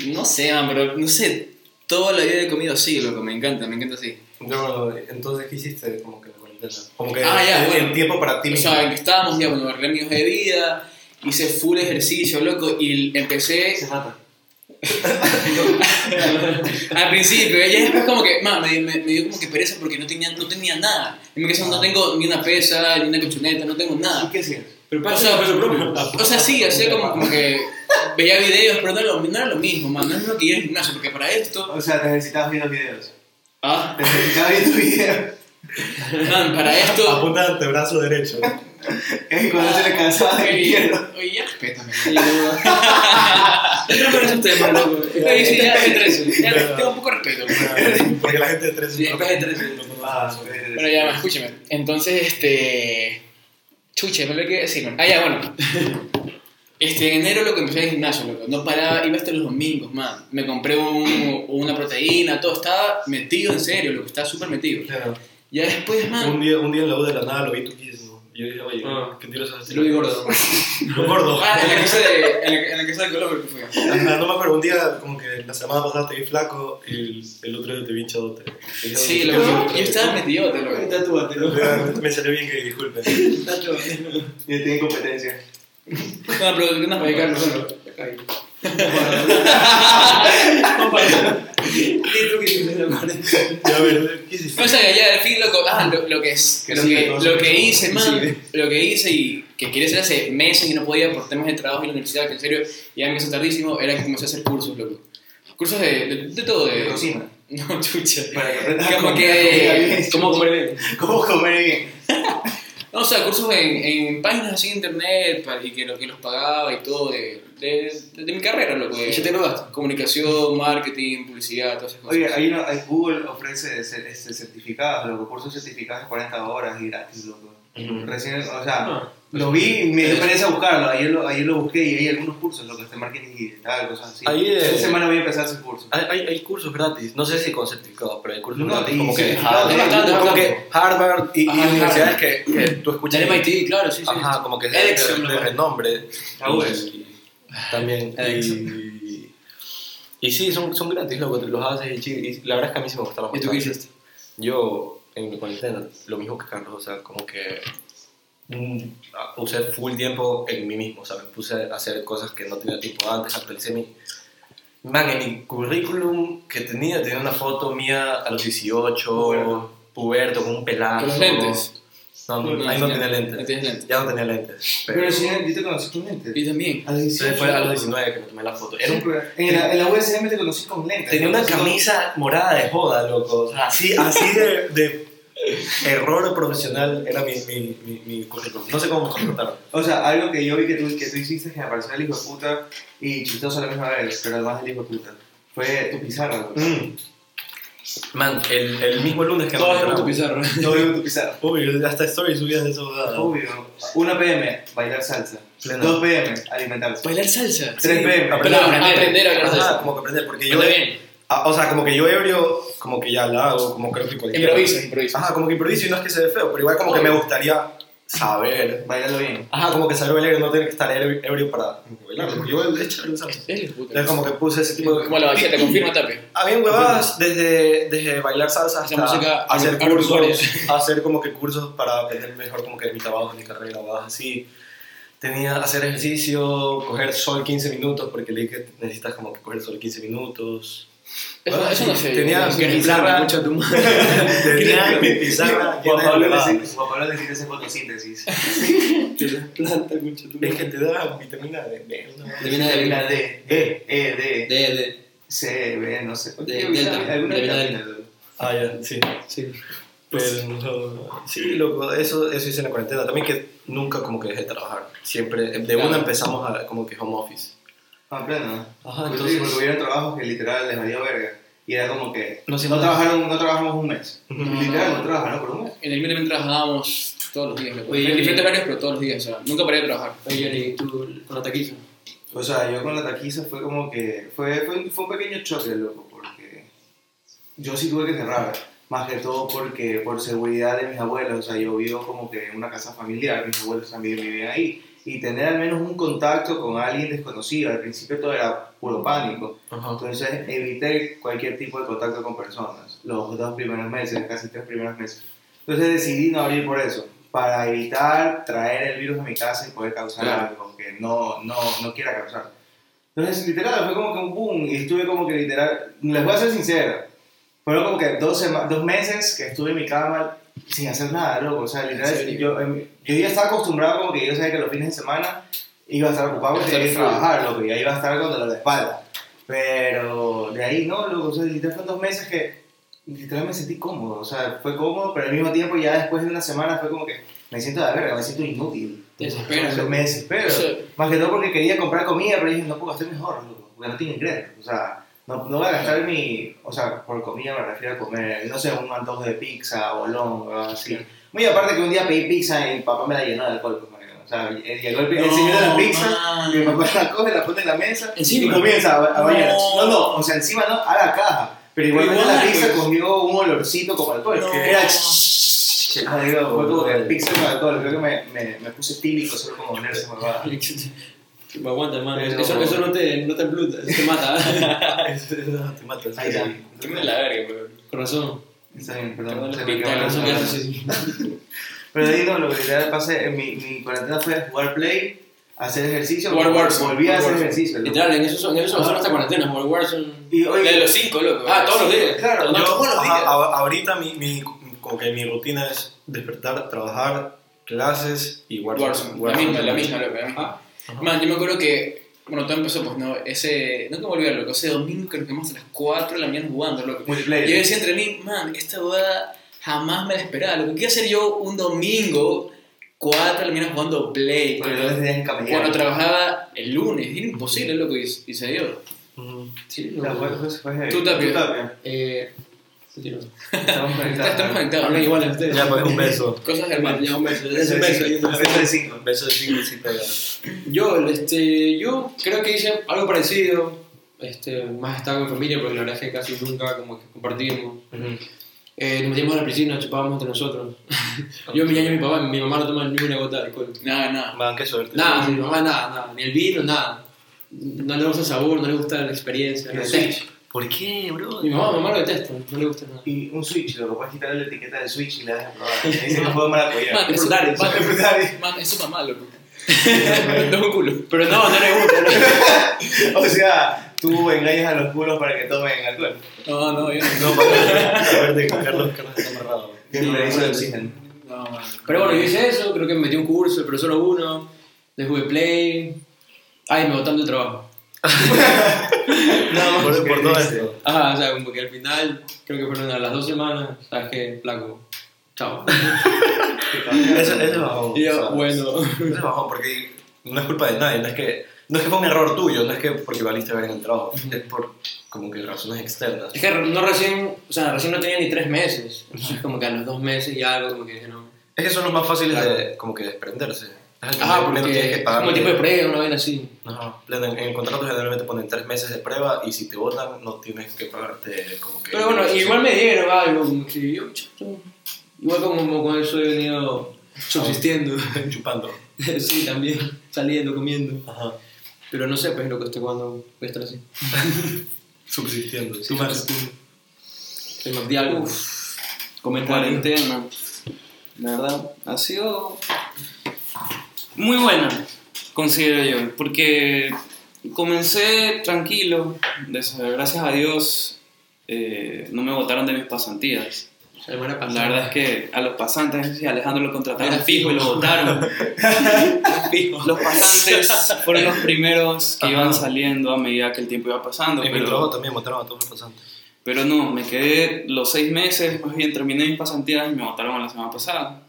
A: No sé, man, pero no sé. Toda la vida he comido así, loco. Me encanta, me encanta así.
D: No, entonces, ¿qué hiciste como que en la cuarentena? Como que
A: Ah, ya,
D: el,
A: bueno.
D: el tiempo para ti
A: O
D: mismo.
A: sea, en que estábamos, ya, bueno, remedios de vida, hice full ejercicio, loco, y
B: Se
A: empecé
B: mata.
A: al principio, y ya después como que, man, me, me- me dio como que pereza porque no tenía, no tenía nada. En mi casa
C: Ah.
A: no tengo ni una pesa, ni una colchoneta, no tengo
B: ¿Y
A: nada.
B: qué sigues?
C: Pero
A: O
C: pasa
A: sea,
C: por su propio.
A: O sea, sí, hacía como, como que veía videos, pero no era lo, no era lo mismo, man, no es lo que ir al gimnasio, porque para esto,
B: O sea, te necesitabas ver los videos.
A: ah,
B: Te necesitabas ver tus videos. *laughs*
A: man, para
D: A
C: *laughs*
A: esto...
D: punta de antebrazo derecho.
A: *laughs*
B: Es cuando se le cansaba
A: Ah,
B: de
A: Oye,
B: izquierdo.
A: oye, ya, respétame.
C: *laughs* Yo no conozco a ustedes, man, loco.
A: Oye, sí, ya, de tres, ya, tengo un poco de respeto. man.
D: Porque la gente de tres
C: Sí, después de tres.
D: Ah,
A: Bueno, ya, ma, escúcheme. Entonces, este. Chuche, me lo que decir. Ah, ya, bueno. Este, en enero lo que empecé en el gimnasio, loco. No paraba, iba hasta los domingos, man. Me compré un- una proteína, todo. Estaba metido en serio, loco. Estaba súper metido.
D: Claro.
A: Ya después, ah,
D: Un
A: man.
D: día, un día en la U de la nada lo vi tú mismo. Yo dije, oye,
C: Ah.
D: ¿qué tiro esas
C: Luis Gordo.
D: *laughs* Lo gordo.
A: Ah, en la casa de, en la, en la casa de Color, fue.
D: Ajá, No me acuerdo, un día como que la semana pasada te vi flaco y el, el otro día te vi hinchadote. Y yo-
A: Sí,
D: yo-
A: loco. Yo estaba metido, loco.
C: Tatúate, loco.
D: Me- Me salió bien que disculpen.
C: Tatúate, loco.
B: Ya tiene competencia.
A: No, pero no, no, Carlos, no.
C: ¿Qué truquito se llama?
D: Ya, a ver, ¿qué hiciste?
A: No sé, ya al fin loco, ah, lo, lo que es,
B: Que
A: lo,
B: sí,
A: que,
B: todo
A: lo
B: se
A: que
B: puede.
A: hice, man,
C: Sí.
A: lo que hice y que quería hacer hace meses y no podía por temas de trabajo y la universidad, que en serio ya me hizo tardísimo, era que comencé a hacer cursos, loco. Cursos de, de, de todo, de...
B: De cocina.
A: *laughs* No, chucha.
B: Para que aprendas a
A: Como
B: comer,
A: que-
B: comer bien.
C: ¿Cómo comer bien?
B: ¿Cómo comer bien?
A: No, o sea, cursos en, en páginas así de internet para, y que, lo, que los pagaba y todo, de, de, de- de mi carrera, loco. De,
C: ¿Y si te lo gastas?
A: Comunicación, marketing, publicidad, todas esas cosas.
B: Oye, hay uno, hay- Google ofrece cer- este, certificados, loco, cursos certificados de 40 horas y gratis, loco.
C: Mm.
D: Ujú.
B: Recién, o sea,
C: Ah.
B: lo vi y me dio pereza buscarlo. Ayer lo, ayer lo busqué y hay algunos cursos, lo que es de marketing digital, cosas así.
C: Ahí, Ah, eh,
B: Esta semana voy a empezar ese curso.
C: Hay, hay, hay cursos gratis, no sé si con certificados, pero hay cursos
B: No,
C: gratis.
B: y
C: Como que,
B: certificados
C: Harvard-
A: bastante,
C: como
A: bastante.
C: que Harvard y, y
A: Ajá,
C: universidades que, que tú escuchas.
A: Del MIT, claro, sí, sí.
C: Ajá, como que de,
A: Ericsson,
C: de-
A: ¿no?
C: de renombre.
B: Ah, bueno.
C: Y- También. Y,
A: Ericsson.
C: y sí, son, son gratis, loco, te los haces y, chill, y la verdad es que a mí sí me gustaron
A: ¿Y tú qué
C: bastante.
A: hiciste?
C: Yo, en mi cuarentena, lo mismo que Carlos, o sea, como que mm, a- usé full tiempo en mí mismo, o sea, me puse a hacer cosas que no tenía tiempo antes, actualicé mi... Man, en mi currículum que tenía, tenía una foto mía a los 18,
B: Puberto.
C: puberto, con un pelazo.
A: ¿Con los lentes?
C: No, no, ahí no tenía
A: No
C: lentes.
A: tienes lentes.
C: Ya no tenía lentes. Pero,
B: Pero si yo te conocí con lentes.
A: Y también.
B: A los
C: Entonces
B: 18.
C: fue a los 19 que me tomé la foto. Era un-
B: Sí, pero en, la, en la USM te conocí con lentes.
C: tenía una
B: Entonces,
C: camisa morada de joda, loco. O sea, así, así de, de error profesional era mi, mi, mi, mi currículum. No sé cómo me contrataron.
B: O sea, algo que yo vi que tú, que tú hiciste que me pareció el hijo de puta y chistoso a la misma vez, pero además el hijo de puta. Fue tu pizarra. loco.
C: Mm. Man, el, el mismo lunes que me
A: Todos en tu
C: contrataron.
A: pizarra.
B: Yo vi tu pizarra.
D: Uy, hasta story subías de esa bodada.
B: Obvio. 1 pm, bailar salsa.
C: Plena. Pues,
B: 2 pm, alimentarse.
A: Bailar salsa.
B: 3 pm,
A: Pero
C: aprender.
A: aprender a bailar
C: Ajá,
A: salsa.
C: como que aprender, porque yo.
A: Está bien.
C: Ah, o sea, como que yo ebrio, como que ya la hago, como creo que cualquiera.
A: Improvisa, improvisa.
C: Ajá, "Ah, como que improviso y no es que se ve feo, pero igual como que me gustaría saber.
B: Bailarlo bien.
C: Ajá, como que saber bailar y no tener que estar ebrio, ebrio para bailar. Porque yo de hecho,
B: Ah.
C: ¿sabes?
A: Es el puto.
C: Entonces, como que puse ese tipo de.
A: Como la bacheta, confirma tape.
C: Había huevadas desde, desde bailar salsa hasta
A: Esa música
C: hacer
A: ar-
D: *laughs*
C: cursos,
A: arbitrária.
C: hacer como que cursos para aprender mejor como que mi trabajo, mi carrera, huevadas así.
D: tenía hacer ejercicio, coger sol 15 minutos, porque leí que necesitas como que coger sol 15 minutos.
A: Eso,
D: Ah,
A: eso no sé.
D: Tenía
A: yo-
D: mi pizarra, mucho tu *laughs* Tenía mi pizarra
B: Juan
D: llena de
B: Pablo le
D: huevadas.
B: hace- Juan Pablo le dice fotosíntesis.
D: Es que te da vitamina D. B, una-
C: Vitamina D.
B: Vitamina D, E, E, D,
C: De, de.
B: C, B, no sé.
C: De-
B: Oye,
C: delta,
B: alguna
C: vitamina D.
B: vitamina, loco.
D: Ah, ya, sí.
C: Sí.
D: Pero Pues, sí, loco, eso, eso hice en la cuarentena. También que nunca como que dejé de trabajar. Siempre, de una
C: Claro.
D: empezamos a, como que home office.
B: Ah, pleno.
D: Ajá,
B: Pues sí, porque
D: entonces...
B: hubieron trabajos que literal les valía verga. Y era como que
D: No
B: no,
D: hacíamos nada.
B: trabajaron, no trabajamos un mes.
D: Ujú.
B: Literal, no trabajaron por un mes.
A: En el Millennium trabajábamos todos los días, loco.
C: Oye,
A: en diferentes
C: y-
A: horarios, pero todos los días, o sea, nunca paré de trabajar.
C: Oye, Yori, tú con la taquiza.
B: O sea, yo con la taquiza fue como que. Fue, fue, un- fue un pequeño choque, loco, porque yo sí tuve que cerrar. Más que todo porque por seguridad de mis abuelos. O sea, yo vivo como que en una casa familiar, mis abuelos también vivían ahí. Y tener al menos un contacto con alguien desconocido, al principio todo era puro pánico.
D: Ajá.
B: Entonces evité cualquier tipo de contacto con personas, los dos primeros meses, casi tres primeros meses. Entonces decidí no abrir por eso, para evitar traer el virus a mi casa y poder causar algo que no, no, no quiera causar. Entonces literal, fue como que un boom y estuve como que literal, les voy a ser sincero, fueron como que dos, sema- dos meses que estuve en mi cama sin hacer nada, loco. O sea, literal,
A: serio?
B: yo, em, yo ya estaba acostumbrado como que yo sabía que los fines de semana iba a estar ocupado porque
A: Estar
B: tenía que
A: full.
B: trabajar, loco, y ahí iba a estar con dolor de espalda. Pero de ahí no, loco, o sea, literal fueron dos meses que literal me sentí cómodo, o sea, fue cómodo, pero al mismo tiempo ya después de una semana fue como que me siento de la verga, me siento inútil.
A: Te
B: O
A: desesperas,
B: sea,
A: loco.
B: me desespero.
A: Sí.
B: Más que todo porque quería comprar comida, pero dije, no puedo gastar mejor, loco, porque no tengo ingresos. O sea, no, no voy a gastar mi. O sea, por comida me refiero a comer, no sé, un antojo de pizza, bolón, o algo así. Muy aparte que un día pedí pizza y mi papá me la llenó de alcohol, pues, marico. O sea, llegó el, el señor de la
A: No,
B: pizza,
A: man.
B: mi papá *laughs* la coge, la pone en la mesa
C: Encima.
B: y comienza a, a
A: No.
B: bañar. No, no, o sea, encima no, a la caja. Pero igualmente
A: Igual,
B: la pizza
A: pues.
B: comió un olorcito como alcohol.
A: No.
D: *laughs*
B: Era Ah, digo, fue como que pizza con alcohol, creo que me, me, me puse tílico solo como poner esa huevada.
C: Me aguanta, man.
B: Pero-
C: Eso, eso no te, no te embluta, eso te *laughs* mata. ¿eh?
D: Ah, Eso- eso te mata,
B: Ahí
D: sí.
B: está.
A: Dime la verga, pero.
C: Con razón.
B: Está bien,
A: Perdón,
B: perdón. se
A: la
B: me
A: pinta,
B: quedó
A: la
C: Eso
B: la
C: que
A: pinta.
B: palabra.
C: haces, sí.
B: Pero digo, lo que ya pasé en mi, mi cuarentena fue jugar play, hacer ejercicio,
A: Jugar Warzone,
B: volví a hacer
A: jugar Warzone.
B: ejercicio. loco.
C: Literal, en eso son, en eso son nuestras cuarentenas, como el Warzone.
B: Y hoy,
A: De los cinco, loco.
C: Ah, todos los días.
B: claro,
D: Yo,
B: yo,
D: ajá, a- ahorita mi, mi, como que mi rutina es despertar, trabajar, clases y Warzone.
A: Warzone, la
D: Warzone
A: misma, la
D: también.
A: misma, loco. la misma. Man, yo me acuerdo que, bueno, todo empezó, pues, no, ese, no te voy a olvidar, loco, ese domingo que nos quedamos a las 4 de la mañana jugando, loco.
C: Eh.
B: multiplayer.
A: Yo decía entre mí, man, esta boda jamás me la esperaba, loco, ¿qué hacer yo un domingo 4 de la mañana jugando Play?
B: Porque
A: loco?
B: todos tenían camellar.
A: Cuando trabajaba el lunes, era imposible, loco, y, y se dio.
D: Ujú.
C: Sí,
B: O sea, fue-
C: no.
B: fue- pues, fue heavy.
A: Tú también.
C: Eh. se tiró.
A: *laughs*
B: Estamos conectados.
A: Estamos conectados,
C: Hablan
A: loco.
C: igual a ustedes.
D: Ya, pues un beso.
A: Cosas
C: Hermano,
A: hermanas.
C: ya un beso. Es
B: Eso
C: un
B: de
C: beso.
B: cinco,
C: y un beso.
B: eso de cinco.
D: Un beso de cinco, sí, pero ya.
C: Yo, este, yo creo que hice algo parecido, este, más estaba con mi familia, porque la verdad es que casi nunca como que compartimos. Eh, nos metíamos a la piscina, chupábamos entre nosotros. *laughs* yo mi año mi papá, mi mamá no toma ni una gota de alcohol.
A: Nada, nada.
D: Man, qué suerte.
C: Nada, mi mamá nada, nada, ni el vino, nada. No le gusta el sabor, no le gusta la experiencia.
B: Y
C: no
B: el
C: sé.
B: Switch.
D: ¿Por qué, bro?
C: Mi mamá, mi mamá lo detesta, no le gusta nada.
B: Y un Switch, lo puedes quitar la etiqueta del Switch y le das
A: *laughs*
B: a probar. Y dicen que fue maracuyá.
A: Man, eso-
C: Dale,
A: man,
B: dale, dale.
A: Man, eso mamá, loco. *laughs* No es un culo.
C: Pero no, no le gusta. no le gusta.
B: O sea, tú engañas a los culos para que tomen alcohol.
A: *laughs* No, no, yo no.
D: No, para saberte que Carlos, Carlos está amarrado.
B: Que
C: Sí,
B: me hizo el
C: sí.
B: Sigen.
A: No, man.
C: Pero bueno, yo hice eso, creo que me metí un curso, pero solo uno. Le jugué play. Ay, me botaron del trabajo.
D: Nada más. Por, por todo esto.
C: Ajá, Ah, o sea, como que al final, creo que fueron a las dos semanas, ¿sabes qué? Flaco, chao.
D: Eso, eso es bajón.
C: Y yo,
D: ¿sabes?
C: bueno.
D: Eso es bajón porque no es culpa de nadie. No es que, no es que fue un error tuyo, no es que porque valiste ver en el trabajo. Es por como que razones externas.
C: Es que no recién, o sea, recién no tenía ni tres meses. Entonces, como que a los dos meses y algo, como que dije, no.
D: Es que son los más fáciles de como que desprenderse. Es el
B: Ah,
C: Ajá,
D: que primero
C: porque
D: tienes
C: es
D: que pagar.
C: como el tipo de prueba, una vaina así.
D: Ajá. Plena, En, en el contrato generalmente ponen tres meses de prueba y si te votan no tienes que pagarte como que...
C: Pero bueno, igual me dieron algo, como que yo, chato. Igual como, como con eso he venido subsistiendo. *laughs*
D: Chupando.
C: sí, también, saliendo, comiendo.
D: Ajá.
C: Pero no sé, pues, lo que estoy cuando voy a estar así.
D: Subsistiendo.
C: Sí,
D: Tú más.
C: El McDial. Comentario.
A: Cuarentena. La verdad, ha sido.
C: Muy buena.
F: considero yo, porque comencé tranquilo, des- gracias a Dios eh, no me votaron de mis pasantías. La verdad es que a los pasantes, sí, a Alejandro lo contrataron
E: Era
F: fijo y lo
E: fijo.
F: votaron. los pasantes fueron los primeros que iban saliendo a medida que el tiempo iba pasando.
D: En mi
F: pero-
D: trabajo también votaron a todos los pasantes.
F: pero no, me quedé los seis meses, más bien terminé mis pasantías y me votaron la semana pasada.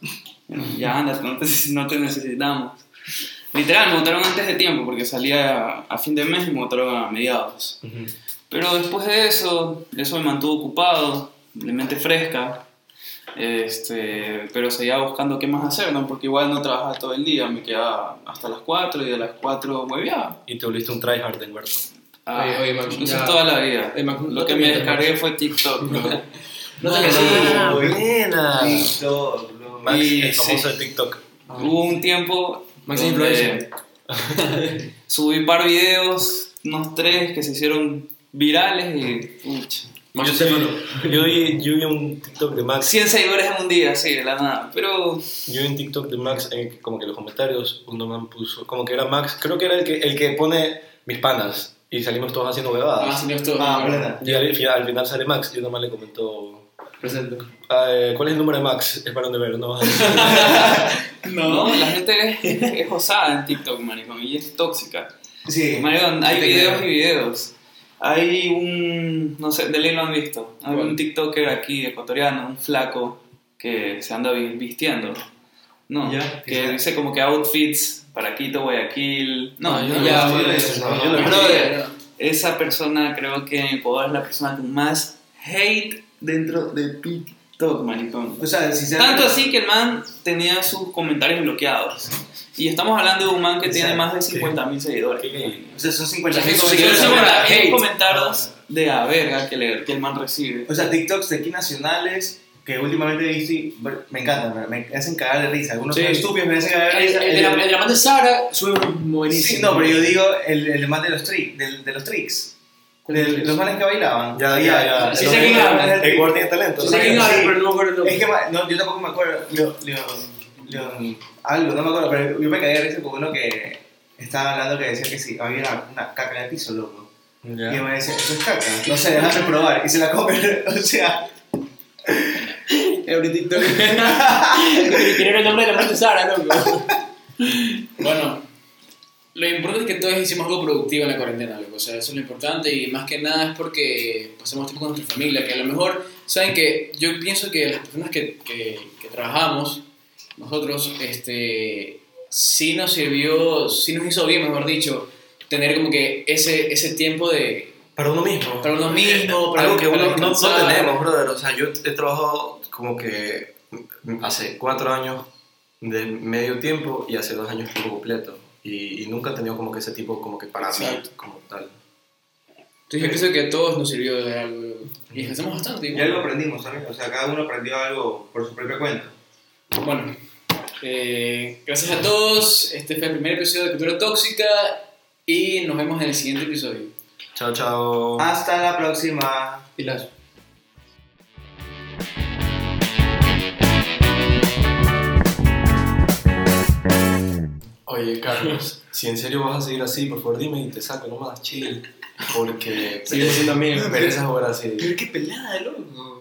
F: Ya andas, no te, no te necesitamos. Literal, me votaron antes de tiempo porque salía a, a fin de mes y me votaron a mediados. Pero después de eso, eso me mantuvo ocupado, de mente fresca. Este, pero seguía buscando qué más hacer, ¿no? Porque igual no trabajaba todo el día, me quedaba hasta las 4 y de las 4 hueveaba.
D: Y te volviste un tryhard en Warzone.
F: Ah,
E: Oye, oye, Max,
F: eso es
E: ya-
F: toda la vida.
E: Oye, Max, no
F: Lo
E: te
F: que me
E: metas, Max.
F: descargué fue TikTok.
E: No te
B: Ah,
D: buena!
B: TikTok, bro.
D: Max,
F: Y
D: el famoso
F: sí.
D: de TikTok.
F: Hubo un tiempo
E: Maxi
F: donde *laughs* subí un par videos, unos tres que se hicieron virales y pucha,
E: Max,
D: yo, sé- yo vi, yo vi un TikTok de Max.
F: 100 seguidores en un día, sí, de la nada. Pero
D: Yo vi un TikTok de Max en que como que los comentarios, un man puso, como que era Max, creo que era el que, el que pone mis panas y salimos todos haciendo
A: Ah,
D: huevadas.
A: sí, no estuvo.
B: Ah,
A: bueno.
B: buena.
D: Y al, fi- al final sale Max y un man le comentó,
E: presento.
D: "Ah, eh, ¿cuál es el número de Max? Es para donde ver, no
F: no, la gente es, es osada en TikTok, maricón, y es tóxica.
B: Sí.
F: Maricón, hay
E: te
F: videos y
E: creo.
F: videos. Hay un, no sé, de ley lo han visto. Hay un
A: ¿Cuál?
F: TikToker aquí, ecuatoriano, un flaco que se anda vi- vistiendo. No,
E: Ya.
F: que dice como que outfits para Quito, Guayaquil. No,
E: Ah, yo no
F: ya,
E: lo
F: bueno,
E: vi.
B: *laughs*
F: eso.
D: Yo lo vi.
F: Brother, esa persona creo que en Ecuador es la persona con más hate dentro de TikTok, maricón.
B: O sea, sinceramente.
F: Tanto así que el man tenía sus comentarios bloqueados. Y estamos hablando de un man que tiene más de 50.000 seguidores.
B: O sea, son
A: O sea, que son
B: 50.000
F: Yo
B: seguidores.
F: sé
A: Sí,
F: bueno,
A: hate.
F: hay comentarios de la verga que, le- que el man recibe.
B: O sea, TikToks de aquí nacionales que últimamente he visto y br- me encantan, me me hacen cagar de risa. Algunos
E: Sí.
B: son estúpidos, me hacen cagar de
E: El, el,
B: risa.
E: de la- el de la mano de Sara sube un buenísimo.
B: sí, no, pero yo digo el, el más de los, tri, del, de los tricks. De los manes que bailaban.
E: Sí,
B: Los
E: sé
B: que
E: quién
B: bailaban
E: habla.
B: es el
D: El
B: trick.
D: guardia de talento.
E: No sé quién
B: Sí.
E: habla, pero no me acuerdo.
B: Es que ma- no, yo tampoco me acuerdo. Leon, Leon- algo, no me acuerdo, pero yo me caí de risa con uno que estaba hablando que decía que sí, había una, una caca en el piso, loco. Y
D: Ya.
B: me decía, eso es caca. No sé, déjame probar. Y se la come. *laughs* O sea,
E: Every
A: *laughs*
E: TikTok. Quería el nombre de la mano de Sara, loco.
A: Bueno, lo importante es que todos hicimos algo productivo en la cuarentena, loco. O sea, eso es lo importante y más que nada es porque pasamos tiempo con nuestra familia, que a lo mejor, saben que yo pienso que las personas que, que, que trabajamos, nosotros, este, sí nos sirvió, sí nos hizo bien, mejor dicho, tener como que ese, ese tiempo de...
D: Para uno mismo.
A: Para uno mismo, para
D: Algo que
A: para
D: uno no, no
A: descansar.
D: tenemos, brother. O sea, yo he trabajado como que hace cuatro años de medio tiempo y hace dos años tiempo completo. Y, y nunca he tenido como que ese tipo como que para
A: Exacto.
D: mí, como tal.
A: Entonces yo pienso que a todos nos sirvió de algo, loco. Y hacemos bastante.
B: y algo aprendimos también. O sea, cada uno aprendió algo por su propia cuenta.
A: Bueno, eh, gracias a todos. Este fue el primer episodio de Cultura Tóxica y nos vemos en el siguiente episodio.
D: Chao, chao.
B: Hasta la próxima.
E: Y las
D: Oye, Carlos, si en serio vas a seguir así, por favor dime y te saco nomás, chill. Porque
E: Sí, yo también.
D: mereces jugar así.
A: qué pelada, loco.